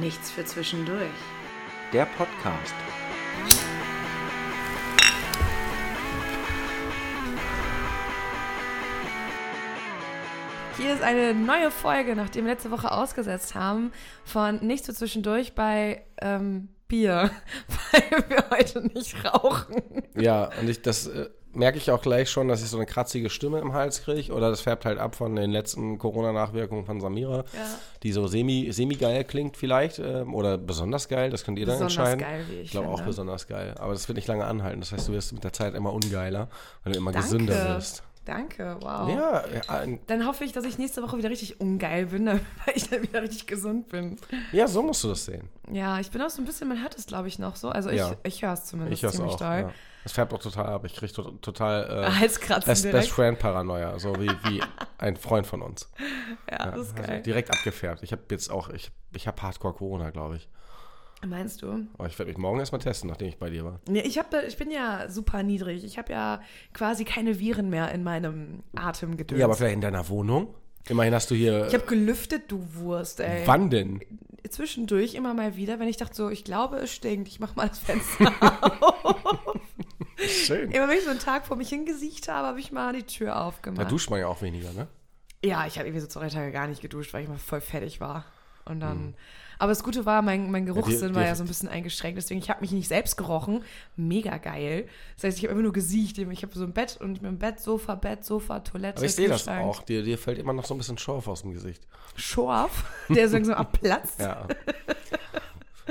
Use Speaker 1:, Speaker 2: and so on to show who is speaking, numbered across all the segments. Speaker 1: Nichts für zwischendurch.
Speaker 2: Der Podcast.
Speaker 3: Hier ist eine neue Folge, nachdem wir letzte Woche ausgesetzt haben, von Nichts für zwischendurch bei ähm, Bier, weil wir heute nicht rauchen.
Speaker 4: Ja, und ich, das äh, merke ich auch gleich schon, dass ich so eine kratzige Stimme im Hals kriege. Oder das färbt halt ab von den letzten Corona-Nachwirkungen von Samira,
Speaker 3: Ja.
Speaker 4: die so semi, semi-geil klingt vielleicht. ähm, oder besonders geil, das könnt ihr dann
Speaker 3: Besonders
Speaker 4: entscheiden.
Speaker 3: geil, wie ich
Speaker 4: ich glaube auch
Speaker 3: finde.
Speaker 4: besonders geil. Aber das wird nicht lange anhalten. Das heißt, du wirst mit der Zeit immer ungeiler, weil du immer
Speaker 3: Danke. Oh.
Speaker 4: gesünder wirst.
Speaker 3: Danke, wow.
Speaker 4: Ja, ja, äh,
Speaker 3: Dann hoffe ich, dass ich nächste Woche wieder richtig ungeil bin, weil ich dann wieder richtig gesund bin.
Speaker 4: ja, so musst du das sehen.
Speaker 3: Ja, ich bin auch so ein bisschen, man hört es, glaube ich, noch so. Also ich,
Speaker 4: Ja.
Speaker 3: ich höre es zumindest
Speaker 4: Ich höre es
Speaker 3: ziemlich
Speaker 4: auch.
Speaker 3: doll.
Speaker 4: Ja. Das färbt auch total ab. Ich kriege total äh,
Speaker 3: Halskratzen
Speaker 4: Best,
Speaker 3: direkt.
Speaker 4: Best Friend Paranoia, so wie, wie ein Freund von uns.
Speaker 3: ja, das ist
Speaker 4: also
Speaker 3: geil.
Speaker 4: direkt abgefärbt. Ich habe jetzt auch, ich, ich habe Hardcore Corona, glaube ich.
Speaker 3: Meinst du?
Speaker 4: Aber ich werde mich morgen erstmal testen, nachdem ich bei dir war.
Speaker 3: Nee, ich, hab, ich bin ja super niedrig. Ich habe ja quasi keine Viren mehr in meinem Atem gedöns.
Speaker 4: Ja, aber vielleicht in deiner Wohnung? Immerhin hast du hier.
Speaker 3: ich äh, habe gelüftet, du Wurst, ey.
Speaker 4: wann denn?
Speaker 3: Zwischendurch immer mal wieder, wenn ich dachte so, ich glaube, es stinkt, ich mach mal das Fenster.
Speaker 4: Schön.
Speaker 3: immer wenn ich so einen Tag vor mich hingesiegt habe, habe ich mal die Tür
Speaker 4: Da
Speaker 3: aufgemacht.
Speaker 4: duscht man ja auch weniger, ne?
Speaker 3: Ja, ich habe irgendwie so zwei drei Tage gar nicht geduscht, weil ich mal voll fertig war. Und dann.
Speaker 4: Hm.
Speaker 3: Aber das Gute war, mein, mein Geruchssinn
Speaker 4: dir-
Speaker 3: war
Speaker 4: dir-
Speaker 3: ja so ein bisschen eingeschränkt, deswegen ich habe mich nicht selbst gerochen. Mega geil. Das heißt, ich habe immer nur gesiecht. Ich habe so ein Bett und ich bin im Bett, Sofa, Bett, Sofa, Toilette.
Speaker 4: Aber ich sehe das
Speaker 3: Kühlschrank.
Speaker 4: auch. Dir, dir fällt immer noch so ein bisschen Schorf aus dem Gesicht.
Speaker 3: Schorf, der so langsam abplatzt.
Speaker 4: Ja.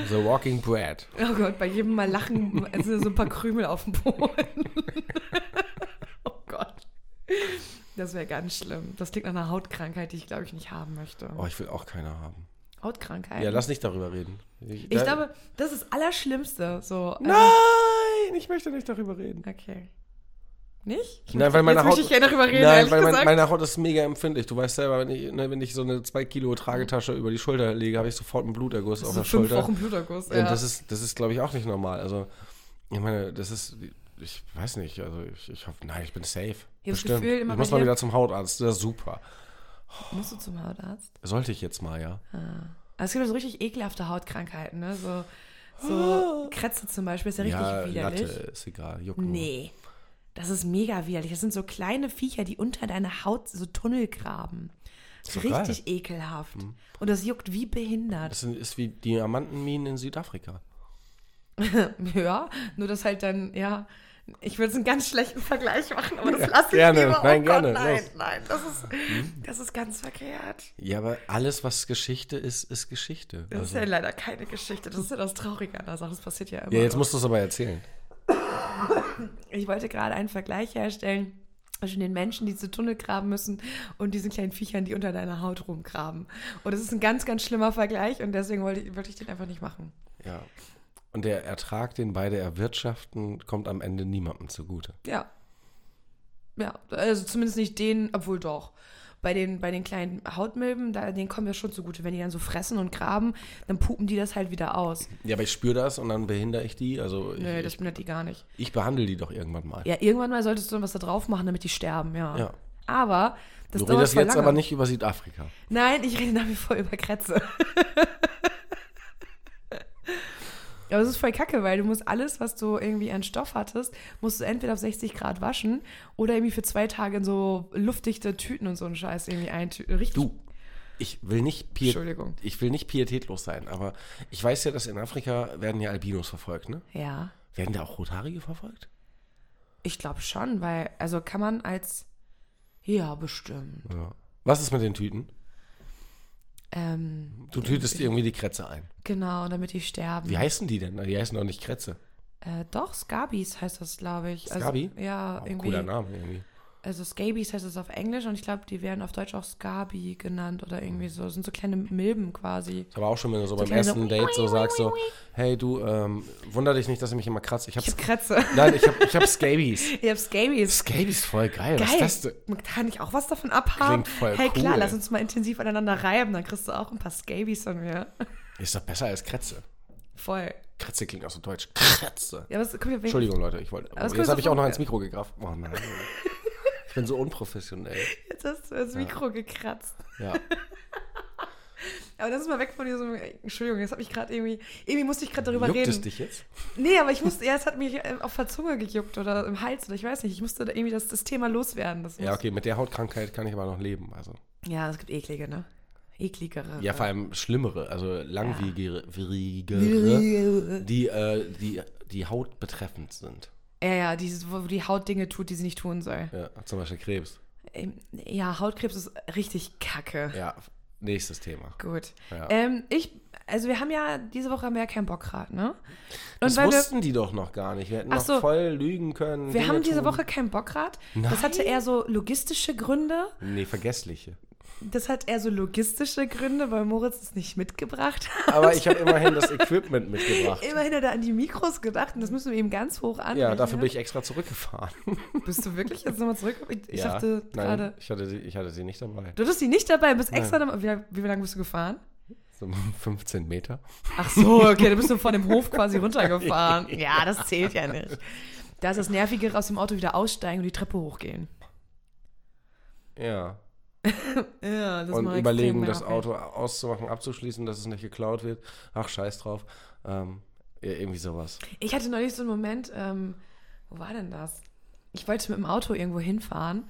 Speaker 4: The Walking Bread.
Speaker 3: Oh Gott, bei jedem Mal lachen es sind so ein paar Krümel auf dem Boden. oh Gott. Das wäre ganz schlimm. Das klingt nach einer Hautkrankheit, die ich glaube ich nicht haben möchte.
Speaker 4: Oh, ich will auch keiner haben.
Speaker 3: Hautkrankheit.
Speaker 4: Ja, lass nicht darüber reden.
Speaker 3: Ich glaube, das ist das Allerschlimmste. So, also-
Speaker 4: Nein, ich möchte nicht darüber reden.
Speaker 3: Okay. Nicht? Ich
Speaker 4: Nein, weil meine
Speaker 3: jetzt
Speaker 4: Haut.
Speaker 3: möchte ich gerne drüber reden,
Speaker 4: Nein,
Speaker 3: ehrlich
Speaker 4: weil mein,
Speaker 3: gesagt.
Speaker 4: meine Haut ist mega empfindlich. Du weißt selber, wenn ich, ne, wenn ich so eine 2 Kilo Tragetasche über die Schulter lege, habe ich sofort einen Bluterguss auf
Speaker 3: so
Speaker 4: der
Speaker 3: fünf
Speaker 4: Schulter.
Speaker 3: Wochen Bluterguss. Ja.
Speaker 4: Und das ist, das ist, glaube ich, auch nicht normal. Also, ich meine, das ist, ich weiß nicht, also ich, ich hoffe, nein, ich bin safe.
Speaker 3: Ich hab das
Speaker 4: Bestimmt.
Speaker 3: Gefühl, immer
Speaker 4: ich
Speaker 3: bei
Speaker 4: muss mal
Speaker 3: dir-
Speaker 4: wieder zum Hautarzt, das ist super.
Speaker 3: Musst du zum Hautarzt?
Speaker 4: Sollte ich jetzt mal, ja.
Speaker 3: Ah. Also es gibt ja so richtig ekelhafte Hautkrankheiten, ne? So, so Krätze zum Beispiel ist ja richtig
Speaker 4: Ah. ja,
Speaker 3: widerlich.
Speaker 4: Latte ist egal, juckt nur.
Speaker 3: Nee. Das ist mega widerlich. Das sind so kleine Viecher, die unter deiner Haut so Tunnel graben. Das ist
Speaker 4: doch geil. Hm.
Speaker 3: richtig ekelhaft. Und das juckt wie behindert.
Speaker 4: Das sind, ist wie Diamantenminen in Südafrika.
Speaker 3: Ja, nur dass halt dann, ja, ich würde es einen ganz schlechten Vergleich machen, aber das lasse ich
Speaker 4: gerne.
Speaker 3: lieber. Oh
Speaker 4: Nein,
Speaker 3: Gott,
Speaker 4: gerne.
Speaker 3: Nein,
Speaker 4: Los. Hm?
Speaker 3: nein, das ist, das ist ganz verkehrt.
Speaker 4: Ja, aber alles, was Geschichte ist, ist Geschichte.
Speaker 3: Das ist
Speaker 4: Also,
Speaker 3: ja leider keine Geschichte. Das ist ja das Traurige an der Sache. Das passiert ja immer.
Speaker 4: ja, jetzt musst du es aber erzählen.
Speaker 3: ich wollte gerade einen Vergleich herstellen zwischen den Menschen, die zu Tunnel graben müssen und diesen kleinen Viechern, die unter deiner Haut rumgraben. Und das ist ein ganz, ganz schlimmer Vergleich und deswegen wollte ich, wollte ich den einfach nicht machen.
Speaker 4: Ja. Und der Ertrag, den beide erwirtschaften, kommt am Ende niemandem zugute.
Speaker 3: Ja. Ja, also zumindest nicht den, obwohl doch. Bei den, bei den kleinen Hautmilben, da, denen kommen ja schon zugute. Wenn die dann so fressen und graben, dann pupen die das halt wieder aus.
Speaker 4: Ja, aber ich spüre das und dann behindere ich die. Also ich,
Speaker 3: Nö, das
Speaker 4: ich,
Speaker 3: behindert die gar nicht.
Speaker 4: ich behandle die doch irgendwann mal.
Speaker 3: Ja, irgendwann mal solltest du dann was da drauf machen, damit die sterben, ja.
Speaker 4: Ja.
Speaker 3: Aber das
Speaker 4: Du
Speaker 3: dauert
Speaker 4: redest
Speaker 3: voll
Speaker 4: jetzt
Speaker 3: lange.
Speaker 4: aber nicht über Südafrika.
Speaker 3: Nein, ich rede nach wie vor über Krätze. Aber es ist voll kacke, weil du musst alles, was du irgendwie an Stoff hattest, musst du entweder auf 60 Grad waschen oder irgendwie für zwei Tage in so luftdichte Tüten und so einen Scheiß irgendwie eintüten. Richtig.
Speaker 4: Du, ich will nicht, piet
Speaker 3: Entschuldigung.
Speaker 4: ich will nicht pietätlos sein, aber ich weiß ja, dass in Afrika werden ja Albinos verfolgt, ne?
Speaker 3: Ja,
Speaker 4: Werden da auch Rothaarige verfolgt?
Speaker 3: ich glaube schon, weil, also kann man als, ja, bestimmt.
Speaker 4: Ja. Was ist mit den Tüten?
Speaker 3: Ähm,
Speaker 4: Du tütest irgendwie die Krätze ein.
Speaker 3: genau, damit die sterben.
Speaker 4: Wie heißen die denn? Die heißen doch nicht Krätze.
Speaker 3: Äh, doch, Scabies heißt das, glaube ich.
Speaker 4: Scabi?
Speaker 3: Also, ja,
Speaker 4: Auch ein
Speaker 3: irgendwie.
Speaker 4: cooler Name irgendwie.
Speaker 3: Also Scabies heißt es auf Englisch und ich glaube, die werden auf Deutsch auch Scabi genannt oder irgendwie so. Das sind so kleine Milben quasi.
Speaker 4: Aber auch schon, wenn du so, beim
Speaker 3: kleine
Speaker 4: ersten
Speaker 3: so-
Speaker 4: Date so sagst so, hey du, ähm, wunder dich nicht, dass ich mich immer kratze. Ich hab,
Speaker 3: Ich hab Kratze.
Speaker 4: Nein, ich hab, ich hab Scabies.
Speaker 3: Ich hab Scabies.
Speaker 4: Scabies, voll geil. Was
Speaker 3: Geil.
Speaker 4: ist das denn?
Speaker 3: Man kann ich auch was davon abhaben.
Speaker 4: Klingt voll
Speaker 3: hey, klar,
Speaker 4: cool.
Speaker 3: lass uns mal intensiv aneinander reiben, dann kriegst du auch ein paar Scabies von mir.
Speaker 4: Ist doch besser als Krätze.
Speaker 3: Voll.
Speaker 4: Kratze klingt auch so deutsch. Kratze.
Speaker 3: Ja, aber es kommt ja wegen,
Speaker 4: Entschuldigung, Leute, ich wollte.
Speaker 3: Aber es
Speaker 4: jetzt
Speaker 3: kommt
Speaker 4: habe ich
Speaker 3: so
Speaker 4: auch noch
Speaker 3: von-
Speaker 4: ins Mikro gegriffen. Oh nein. Ich bin so unprofessionell.
Speaker 3: jetzt hast du das Mikro gekratzt.
Speaker 4: Ja.
Speaker 3: Aber das ist mal weg von diesem. Entschuldigung, jetzt habe ich gerade irgendwie. Irgendwie musste ich gerade darüber
Speaker 4: Juckt
Speaker 3: reden.
Speaker 4: es dich jetzt?
Speaker 3: Nee, aber ich musste. Ja, es hat mich äh, auf der Zunge gejuckt oder im Hals oder ich weiß nicht. Ich musste da irgendwie das, das Thema loswerden. Das
Speaker 4: Ja,
Speaker 3: muss-
Speaker 4: okay, mit der Hautkrankheit kann ich aber noch leben. Also.
Speaker 3: ja, es gibt eklige, ne? Ekligere.
Speaker 4: Ja, vor allem schlimmere, also langwierigere,
Speaker 3: Ja,
Speaker 4: die, äh, die, die Haut betreffend sind.
Speaker 3: ja, dieses, wo die Haut Dinge tut, die sie nicht tun soll.
Speaker 4: Ja, zum Beispiel Krebs.
Speaker 3: Ähm, Ja, Hautkrebs ist richtig kacke.
Speaker 4: Ja, nächstes Thema.
Speaker 3: Gut.
Speaker 4: Ja.
Speaker 3: Ähm, ich, also wir haben ja, diese Woche haben wir ja kein Bockrad, ne? Und
Speaker 4: das
Speaker 3: weil wir,
Speaker 4: wussten die doch noch gar nicht. Wir hätten
Speaker 3: Ach
Speaker 4: noch
Speaker 3: so.
Speaker 4: voll lügen können.
Speaker 3: wir
Speaker 4: Dinge
Speaker 3: haben diese
Speaker 4: tun.
Speaker 3: Woche kein Bockrad.
Speaker 4: Nein.
Speaker 3: Das hatte eher so logistische Gründe.
Speaker 4: Nee, vergessliche.
Speaker 3: Das hat eher so logistische Gründe, weil Moritz es nicht mitgebracht hat.
Speaker 4: Aber ich habe immerhin das Equipment mitgebracht.
Speaker 3: Immerhin hat er an die Mikros gedacht und das müssen wir ihm ganz hoch an.
Speaker 4: Ja, dafür bin ich extra zurückgefahren.
Speaker 3: Bist du wirklich jetzt nochmal zurück? Ich, ich
Speaker 4: ja,
Speaker 3: dachte
Speaker 4: nein,
Speaker 3: gerade.
Speaker 4: Ich hatte, sie, ich hatte sie nicht dabei.
Speaker 3: Du hattest sie nicht dabei, bist extra dabei. Wie, lang- wie lange bist du gefahren?
Speaker 4: So 15 Meter.
Speaker 3: Ach so, okay, da bist du von dem Hof quasi runtergefahren. Ja, das zählt ja nicht. Da ist das Nervigere aus dem Auto wieder aussteigen und die Treppe hochgehen.
Speaker 4: Ja.
Speaker 3: Ja, das
Speaker 4: Und überlegen, das Auto auszumachen, abzuschließen, dass es nicht geklaut wird. Ach, scheiß drauf. Ähm, ja, irgendwie sowas.
Speaker 3: Ich hatte neulich so einen Moment, ähm, wo war denn das? Ich wollte mit dem Auto irgendwo hinfahren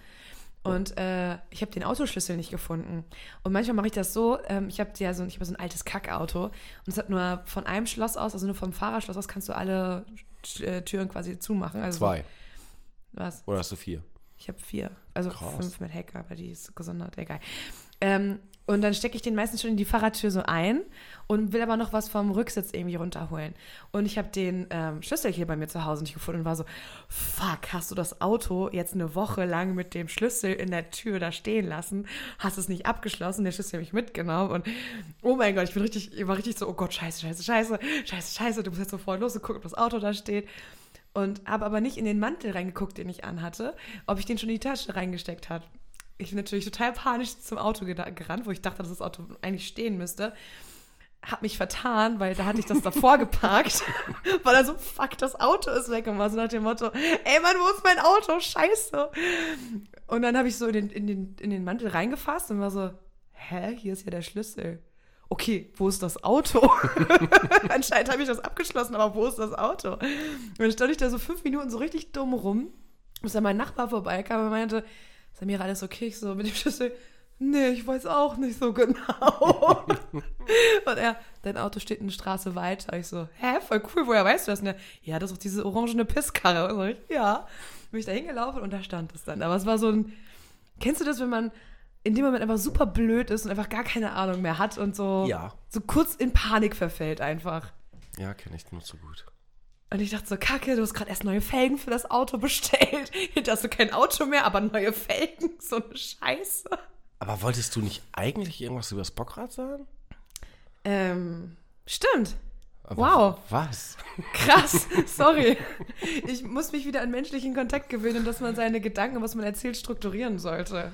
Speaker 3: und äh, ich habe den Autoschlüssel nicht gefunden. Und manchmal mache ich das so, ähm, ich habe ja so, ein- ich hab so ein altes Kackauto und es hat nur von einem Schloss aus, also nur vom Fahrerschloss aus, kannst du alle äh, Türen quasi zumachen. Also
Speaker 4: Zwei.
Speaker 3: Was?
Speaker 4: Oder hast du vier?
Speaker 3: Ich habe vier. Also
Speaker 4: Krass.
Speaker 3: fünf mit Hack, aber die ist gesondert, egal. Ähm, und dann stecke ich den meistens schon in die Fahrradtür so ein und will aber noch was vom Rücksitz irgendwie runterholen. Und ich habe den ähm, Schlüssel hier bei mir zu Hause nicht gefunden und war so, fuck, hast du das Auto jetzt eine Woche lang mit dem Schlüssel in der Tür da stehen lassen, hast es nicht abgeschlossen, den Schlüssel habe ich mitgenommen und oh mein Gott, ich bin richtig, ich war richtig so, oh Gott, scheiße, scheiße, scheiße, scheiße, scheiße, du musst jetzt sofort los und gucken, ob das Auto da steht und habe aber nicht in den Mantel reingeguckt, den ich anhatte, ob ich den schon in die Tasche reingesteckt hat. Ich bin natürlich total panisch zum Auto geda- gerannt, wo ich dachte, dass das Auto eigentlich stehen müsste. Hab mich vertan, weil da hatte ich das davor geparkt. War dann so, fuck, das Auto ist weg. Und war so nach dem Motto, ey Mann, wo ist mein Auto? Scheiße. Und dann habe ich so in den, in, den, in den Mantel reingefasst und war so, hä, hier ist ja der Schlüssel. Okay, wo ist das Auto? Anscheinend habe ich das abgeschlossen, aber wo ist das Auto? Und dann stand ich da so fünf Minuten so richtig dumm rum, bis dann mein Nachbar vorbeikam und meinte, Samira, alles okay? Ich so mit dem Schlüssel, nee, ich weiß auch nicht so genau. und er, dein Auto steht eine Straße weiter. Ich so, hä, voll cool, woher weißt du das? Und er, ja, das ist doch diese orangene Pisskarre. Und ich, ja, bin ich da hingelaufen und da stand es dann. Aber es war so ein, kennst du das, wenn man in dem Moment einfach super blöd ist und einfach gar keine Ahnung mehr hat und so
Speaker 4: Ja.
Speaker 3: so kurz in Panik verfällt einfach.
Speaker 4: Ja, kenne ich nur zu gut.
Speaker 3: Und ich dachte so, kacke, du hast gerade erst neue Felgen für das Auto bestellt. Hinter hast du kein Auto mehr, aber neue Felgen. So eine Scheiße.
Speaker 4: Aber wolltest du nicht eigentlich irgendwas über das Bockrad sagen?
Speaker 3: Ähm, stimmt.
Speaker 4: Aber
Speaker 3: Wow.
Speaker 4: Was?
Speaker 3: Krass. Sorry. Ich muss mich wieder an menschlichen Kontakt gewöhnen, und dass man seine Gedanken, was man erzählt, strukturieren sollte.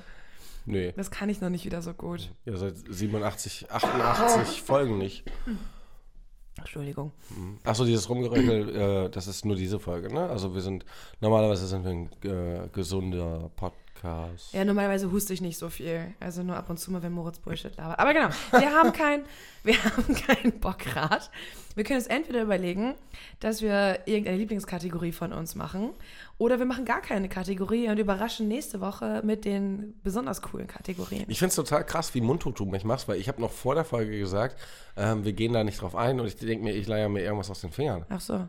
Speaker 4: Nee.
Speaker 3: Das kann ich noch nicht wieder so gut.
Speaker 4: Ja, seit 87,
Speaker 3: Oh.
Speaker 4: 88 Folgen nicht.
Speaker 3: Entschuldigung.
Speaker 4: Achso, dieses Rumgeröchel, äh, das ist nur diese Folge, ne? Also wir sind, normalerweise sind wir ein äh, gesunder Podcast.
Speaker 3: Ja, normalerweise huste ich nicht so viel. Also nur ab und zu mal, wenn Moritz Bullshit labert. Aber genau, wir haben kein, wir haben kein Bockrad. Wir können uns entweder überlegen, dass wir irgendeine Lieblingskategorie von uns machen oder wir machen gar keine Kategorie und überraschen nächste Woche mit den besonders coolen Kategorien.
Speaker 4: Ich finde es total krass, wie mundtot du mich machst, weil ich habe noch vor der Folge gesagt, ähm, wir gehen da nicht drauf ein und ich denke mir, ich leier mir irgendwas aus den Fingern.
Speaker 3: Ach so,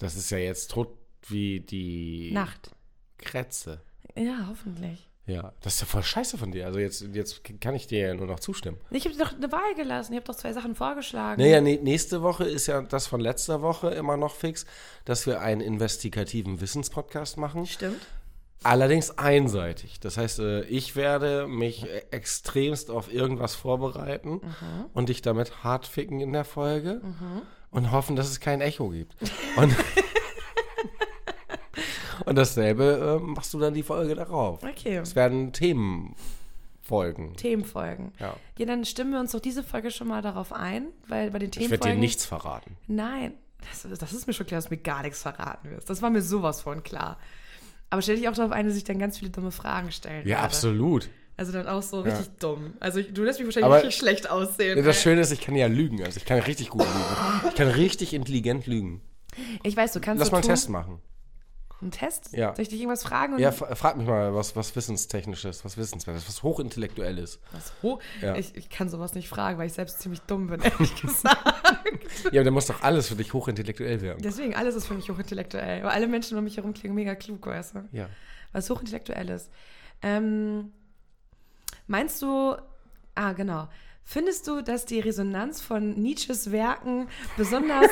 Speaker 4: Das ist ja jetzt tot wie die
Speaker 3: Nacht.
Speaker 4: Krätze.
Speaker 3: Ja, hoffentlich.
Speaker 4: Ja, das ist ja voll scheiße von dir. Also jetzt, jetzt kann ich dir ja nur noch zustimmen.
Speaker 3: Ich habe dir doch eine Wahl gelassen. Ich habe doch zwei Sachen vorgeschlagen.
Speaker 4: Naja, nee, nächste Woche ist ja das von letzter Woche immer noch fix, dass wir einen investigativen Wissenspodcast machen.
Speaker 3: Stimmt.
Speaker 4: Allerdings einseitig. Das heißt, äh, ich werde mich äh, extremst auf irgendwas vorbereiten
Speaker 3: Mhm.
Speaker 4: und dich damit hart ficken in der Folge und hoffen, dass es kein Echo gibt. Und, und dasselbe äh, machst du dann die Folge darauf.
Speaker 3: Okay.
Speaker 4: Es werden Themen folgen.
Speaker 3: Themenfolgen.
Speaker 4: Ja.
Speaker 3: ja, dann stimmen wir uns doch diese Folge schon mal darauf ein, weil bei den
Speaker 4: Ich werde dir
Speaker 3: Themenfolgen.
Speaker 4: nichts verraten.
Speaker 3: Nein, das, das ist mir schon klar, dass du mir gar nichts verraten wirst. Das war mir sowas von klar. Aber stell dich auch darauf ein, dass ich dann ganz viele dumme Fragen stellen
Speaker 4: Ja,
Speaker 3: werde.
Speaker 4: absolut.
Speaker 3: Also dann auch so richtig dumm. Also ich- du lässt mich wahrscheinlich
Speaker 4: Aber-
Speaker 3: richtig schlecht aussehen.
Speaker 4: Ja, das
Speaker 3: ey.
Speaker 4: Schöne ist, ich kann ja lügen. Also ich kann richtig gut lügen. Ich kann richtig intelligent lügen.
Speaker 3: ich weiß, du kannst
Speaker 4: Lass
Speaker 3: so
Speaker 4: mal einen
Speaker 3: tun.
Speaker 4: Test machen.
Speaker 3: Einen Test?
Speaker 4: Ja.
Speaker 3: Soll ich dich irgendwas fragen? Und
Speaker 4: Ja, fra- frag mich mal was, was Wissenstechnisches, was Wissenswertes, was Hochintellektuelles.
Speaker 3: was, ho
Speaker 4: Ja.
Speaker 3: ich, ich kann sowas nicht fragen, weil ich selbst ziemlich dumm bin, ehrlich gesagt.
Speaker 4: Ja, aber dann muss doch alles für dich hochintellektuell werden.
Speaker 3: Deswegen, alles ist für mich hochintellektuell. Weil alle Menschen um mich herum klingen mega klug, weißt du?
Speaker 4: Ja.
Speaker 3: Was hochintellektuelles. Ähm, meinst du, ah, genau. Findest du, dass die Resonanz von Nietzsches Werken besonders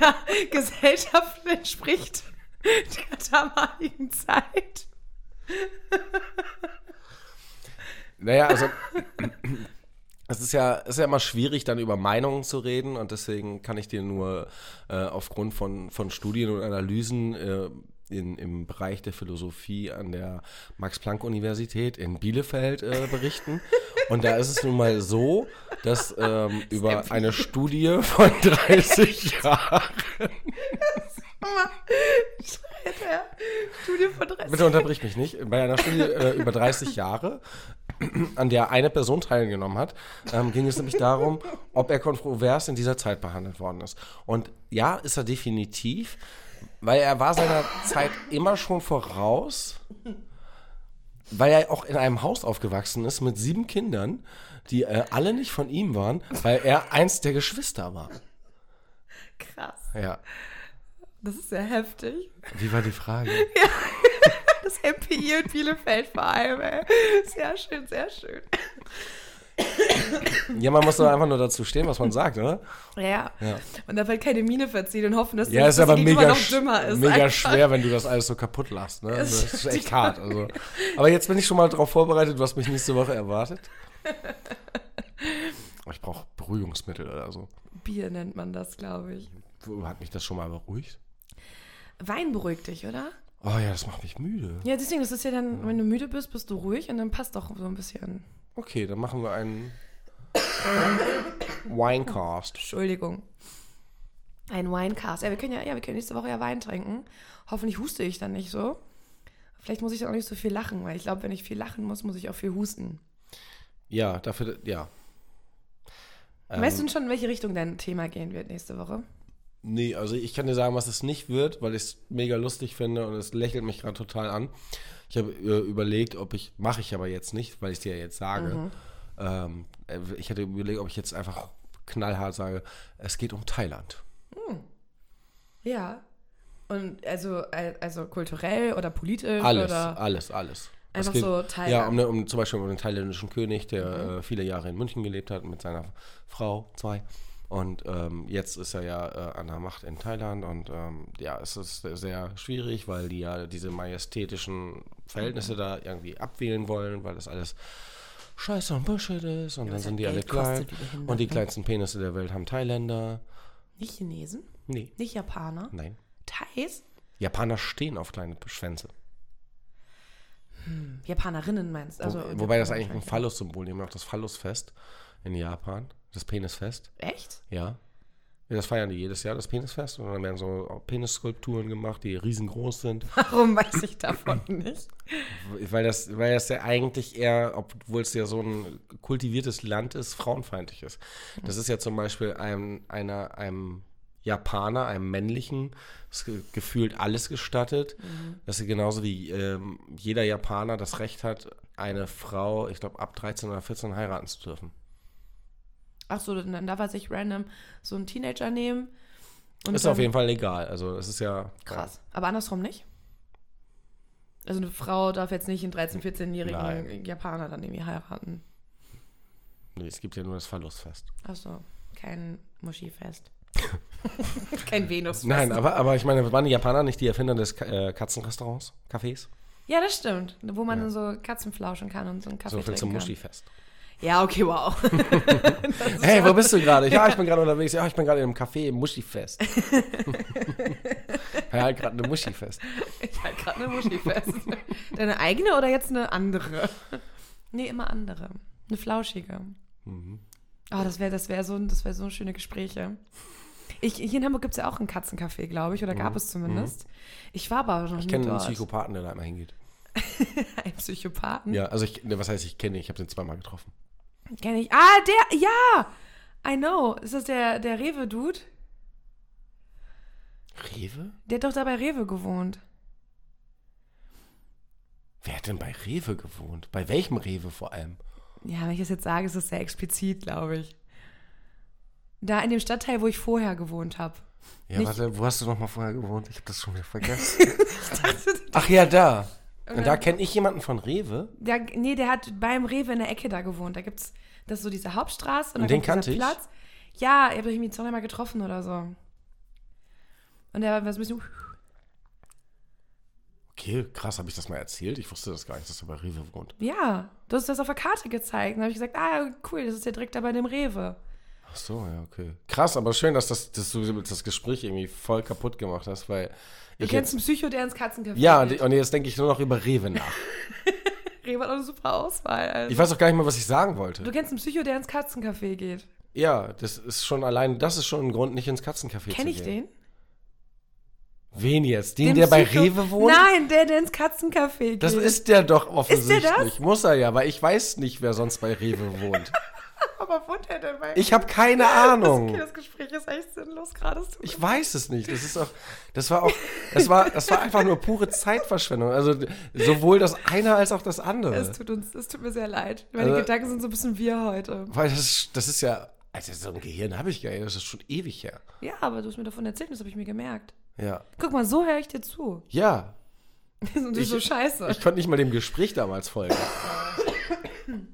Speaker 3: der Gesellschaft entspricht der damaligen Zeit?
Speaker 4: Naja, also es ist ja, es ist ja immer schwierig, dann über Meinungen zu reden und deswegen kann ich dir nur äh, aufgrund von, von Studien und Analysen äh, in, im Bereich der Philosophie an der Max-Planck-Universität in Bielefeld äh, berichten. Und da ist es nun mal so, dass ähm, über eine Studie von 30 Jahren.
Speaker 3: Alter, Studie von 30.
Speaker 4: Bitte unterbrich mich nicht. Bei einer Studie äh, über 30 Jahre, an der eine Person teilgenommen hat, ähm, ging es nämlich darum, ob er kontrovers in dieser Zeit behandelt worden ist. Und ja, ist er definitiv, weil er war seiner Zeit immer schon voraus, weil er auch in einem Haus aufgewachsen ist mit sieben Kindern, die äh, alle nicht von ihm waren, weil er eins der Geschwister war.
Speaker 3: Krass.
Speaker 4: Ja.
Speaker 3: Das ist sehr heftig.
Speaker 4: Wie war die Frage?
Speaker 3: Das MPI und Bielefeld vor allem, ey. Sehr schön, sehr schön.
Speaker 4: Ja, man muss doch einfach nur dazu stehen, was man sagt, oder?
Speaker 3: Ja.
Speaker 4: Ja.
Speaker 3: Und da halt keine Miene verziehen und hoffen, dass
Speaker 4: Ja, ist
Speaker 3: dass
Speaker 4: aber
Speaker 3: die Gegenüber
Speaker 4: mega,
Speaker 3: noch dümmer
Speaker 4: sch-
Speaker 3: ist.
Speaker 4: mega
Speaker 3: einfach.
Speaker 4: schwer, wenn du das alles so kaputt lachst. Ne?
Speaker 3: Das
Speaker 4: Das ist echt
Speaker 3: stimmt.
Speaker 4: hart. Also. Aber jetzt bin ich schon mal darauf vorbereitet, was mich nächste Woche erwartet. Aber Ich brauche Beruhigungsmittel oder so.
Speaker 3: Bier nennt man das, glaube ich.
Speaker 4: Hat mich das schon mal beruhigt?
Speaker 3: Wein beruhigt dich, oder?
Speaker 4: Oh ja, das macht mich müde.
Speaker 3: Ja, deswegen, das ist ja dann, wenn du müde bist, bist du ruhig und dann passt doch so ein bisschen.
Speaker 4: Okay, dann machen wir einen Winecast.
Speaker 3: Entschuldigung. Ein Winecast. Ja, wir können ja, ja, wir können nächste Woche ja Wein trinken. Hoffentlich huste ich dann nicht so. Vielleicht muss ich dann auch nicht so viel lachen, weil ich glaube, wenn ich viel lachen muss, muss ich auch viel husten.
Speaker 4: Ja, dafür, ja. Ähm.
Speaker 3: weißt du denn schon, in welche Richtung dein Thema gehen wird nächste Woche?
Speaker 4: Nee, also ich kann dir sagen, was es nicht wird, weil ich es mega lustig finde und es lächelt mich gerade total an. Ich habe äh, überlegt, ob ich, mache ich aber jetzt nicht, weil ich dir ja jetzt sage. Ähm, äh, ich hatte überlegt, ob ich jetzt einfach knallhart sage, es geht um Thailand.
Speaker 3: Ja. Und also, äh, also kulturell oder politisch
Speaker 4: Alles, Ah.
Speaker 3: oder.
Speaker 4: alles, alles. Es
Speaker 3: Einfach so Mhm. Thailand.
Speaker 4: Ja, um, ne- um zum Beispiel um den thailändischen König, der äh, viele Jahre in München gelebt hat mit seiner Frau, zwei. Und ähm, jetzt ist er ja äh, an der Macht in Thailand und ähm, ja, es ist sehr schwierig, weil die ja diese majestätischen Verhältnisse
Speaker 3: Mhm.
Speaker 4: da irgendwie abwählen wollen, weil das alles scheiße und Bullshit ist und dann
Speaker 3: was
Speaker 4: sind
Speaker 3: halt
Speaker 4: die alle
Speaker 3: Geld kostet,
Speaker 4: klein.
Speaker 3: wie behindert,
Speaker 4: Und die
Speaker 3: ne?
Speaker 4: kleinsten Penisse der Welt haben Thailänder.
Speaker 3: Nicht Chinesen,
Speaker 4: Nee,
Speaker 3: nicht Japaner,
Speaker 4: nein.
Speaker 3: Thais,
Speaker 4: Japaner stehen auf kleine Schwänze.
Speaker 3: Japanerinnen meinst also
Speaker 4: Wo, wobei das eigentlich ein Phallus-Symbol, die haben auch das Phallusfest in Japan, das Penisfest,
Speaker 3: Echt?
Speaker 4: ja. Ja, Das feiern die jedes Jahr, das Penisfest. Und dann werden so Penisskulpturen gemacht, die riesengroß sind.
Speaker 3: Warum weiß ich davon nicht?
Speaker 4: Weil das, weil das ja eigentlich eher, obwohl es ja so ein kultiviertes Land ist, frauenfeindlich ist. Das ist ja zum Beispiel einem, einer, einem Japaner, einem männlichen, ist ge- gefühlt alles gestattet.
Speaker 3: Mhm.
Speaker 4: Das ist genauso wie ähm, jeder Japaner das Recht hat, eine Frau, ich glaube, ab 13 oder 14 heiraten zu dürfen.
Speaker 3: Achso, dann darf er sich random so einen Teenager nehmen. Und
Speaker 4: ist
Speaker 3: dann-
Speaker 4: auf jeden Fall legal. Also es ist ja
Speaker 3: Krass. Aber andersrum nicht? Also eine Frau darf jetzt nicht einen 13-, 14-jährigen
Speaker 4: Nein.
Speaker 3: Japaner dann irgendwie heiraten.
Speaker 4: Nee, es gibt ja nur das Verlustfest.
Speaker 3: Achso, kein Moschifest. kein Venusfest.
Speaker 4: Nein, aber, aber ich meine, waren die Japaner nicht die Erfinder des Ka äh, Katzenrestaurants, Cafés?
Speaker 3: Ja, das stimmt. Wo man
Speaker 4: Ja.
Speaker 3: dann so Katzen flauschen kann und so einen Kaffee
Speaker 4: So viel zum
Speaker 3: trinken kann.
Speaker 4: Muschi-Fest.
Speaker 3: Ja, okay, wow. Das ist
Speaker 4: Hey, wo
Speaker 3: schon-
Speaker 4: bist du gerade? Ja, ich bin gerade unterwegs. Ja, ich bin gerade in einem Café im Muschi-Fest. ja, gerade ein Muschi-Fest.
Speaker 3: Ich halte gerade Halt eine Muschi fest. Deine eigene oder jetzt eine andere? Nee, immer andere. Eine flauschige.
Speaker 4: Mhm.
Speaker 3: Oh, das wäre das wär so, das wär so schöne Gespräche. Ich, hier in Hamburg gibt es ja auch einen Katzencafé, glaube ich, oder gab es zumindest. Ich war aber noch
Speaker 4: Mhm. Ich
Speaker 3: nie
Speaker 4: kenne einen
Speaker 3: dort.
Speaker 4: Psychopathen, der da immer hingeht.
Speaker 3: Ein Psychopathen.
Speaker 4: Ja, also ich, ne, was heißt, ich kenne ihn, ich habe den zweimal getroffen.
Speaker 3: Kenne ich. Ah, der, ja! I know. Ist das der, der Rewe-Dude?
Speaker 4: Rewe?
Speaker 3: Der hat doch da bei Rewe gewohnt.
Speaker 4: Wer hat denn bei Rewe gewohnt? Bei welchem Rewe vor allem?
Speaker 3: Ja, wenn ich das jetzt sage, ist das sehr explizit, glaube ich. Da in dem Stadtteil, wo ich vorher gewohnt habe.
Speaker 4: Ja,
Speaker 3: Nicht-
Speaker 4: warte, wo hast du nochmal vorher gewohnt? Ich habe das schon wieder vergessen.
Speaker 3: Ich dachte,
Speaker 4: Ach ja, da. Und da kenne ich jemanden von Rewe.
Speaker 3: Der, nee, der hat beim Rewe in der Ecke da gewohnt. Da gibt's das ist so diese Hauptstraße und,
Speaker 4: Und
Speaker 3: dann
Speaker 4: den
Speaker 3: kommt dieser
Speaker 4: kannte ich.
Speaker 3: Platz. Ja, ich habe mich zweimal getroffen oder so. Und der war so ein bisschen.
Speaker 4: Okay, krass, habe ich das mal erzählt? Ich wusste das gar nicht, dass er bei Rewe wohnt.
Speaker 3: Ja, du hast das auf der Karte gezeigt. Und dann habe ich gesagt, ah, cool, das ist ja direkt da bei dem Rewe.
Speaker 4: Ach so, ja, okay. Krass, aber schön, dass, das, dass du das Gespräch irgendwie voll kaputt gemacht hast, weil
Speaker 3: Du
Speaker 4: ich
Speaker 3: kennst
Speaker 4: jetzt,
Speaker 3: einen Psycho, der ins Katzencafé
Speaker 4: Ja, und
Speaker 3: geht.
Speaker 4: und jetzt denke ich nur noch über Rewe nach.
Speaker 3: Rewe hat auch eine super Auswahl. Also.
Speaker 4: Ich weiß auch gar nicht mehr, was ich sagen wollte.
Speaker 3: Du kennst einen Psycho, der ins Katzencafé geht.
Speaker 4: Ja, das ist schon allein, das ist schon ein Grund, nicht ins Katzencafé zu
Speaker 3: Kenn ich
Speaker 4: gehen.
Speaker 3: den?
Speaker 4: den? Wen jetzt? Den,
Speaker 3: Dem
Speaker 4: der bei
Speaker 3: Psycho-
Speaker 4: Rewe wohnt?
Speaker 3: Nein, der, der ins Katzencafé geht.
Speaker 4: Das ist der doch offensichtlich.
Speaker 3: das?
Speaker 4: Muss er ja, weil ich weiß nicht, wer sonst bei Rewe wohnt.
Speaker 3: Aber wohnt er denn bei
Speaker 4: Ich habe keine Ahnung.
Speaker 3: Okay, das Gespräch ist echt sinnlos gerade. es tut mir
Speaker 4: Ich weiß es nicht. Das ist auch, das war auch, das war, das war einfach nur pure Zeitverschwendung. Also d- sowohl das eine als auch das andere.
Speaker 3: Es tut uns, es tut mir sehr leid. Meine
Speaker 4: Äh. Also-
Speaker 3: Gedanken sind so ein bisschen wir heute.
Speaker 4: Weil das, das ist ja, also so ein Gehirn habe ich gar nicht. Das ist schon ewig her.
Speaker 3: Ja, aber du hast mir davon erzählt, und das habe ich mir gemerkt.
Speaker 4: Ja,
Speaker 3: Guck mal, so höre ich dir zu.
Speaker 4: ja.
Speaker 3: Und du
Speaker 4: Ich-
Speaker 3: so scheiße.
Speaker 4: Ich konnte nicht mal dem Gespräch damals folgen.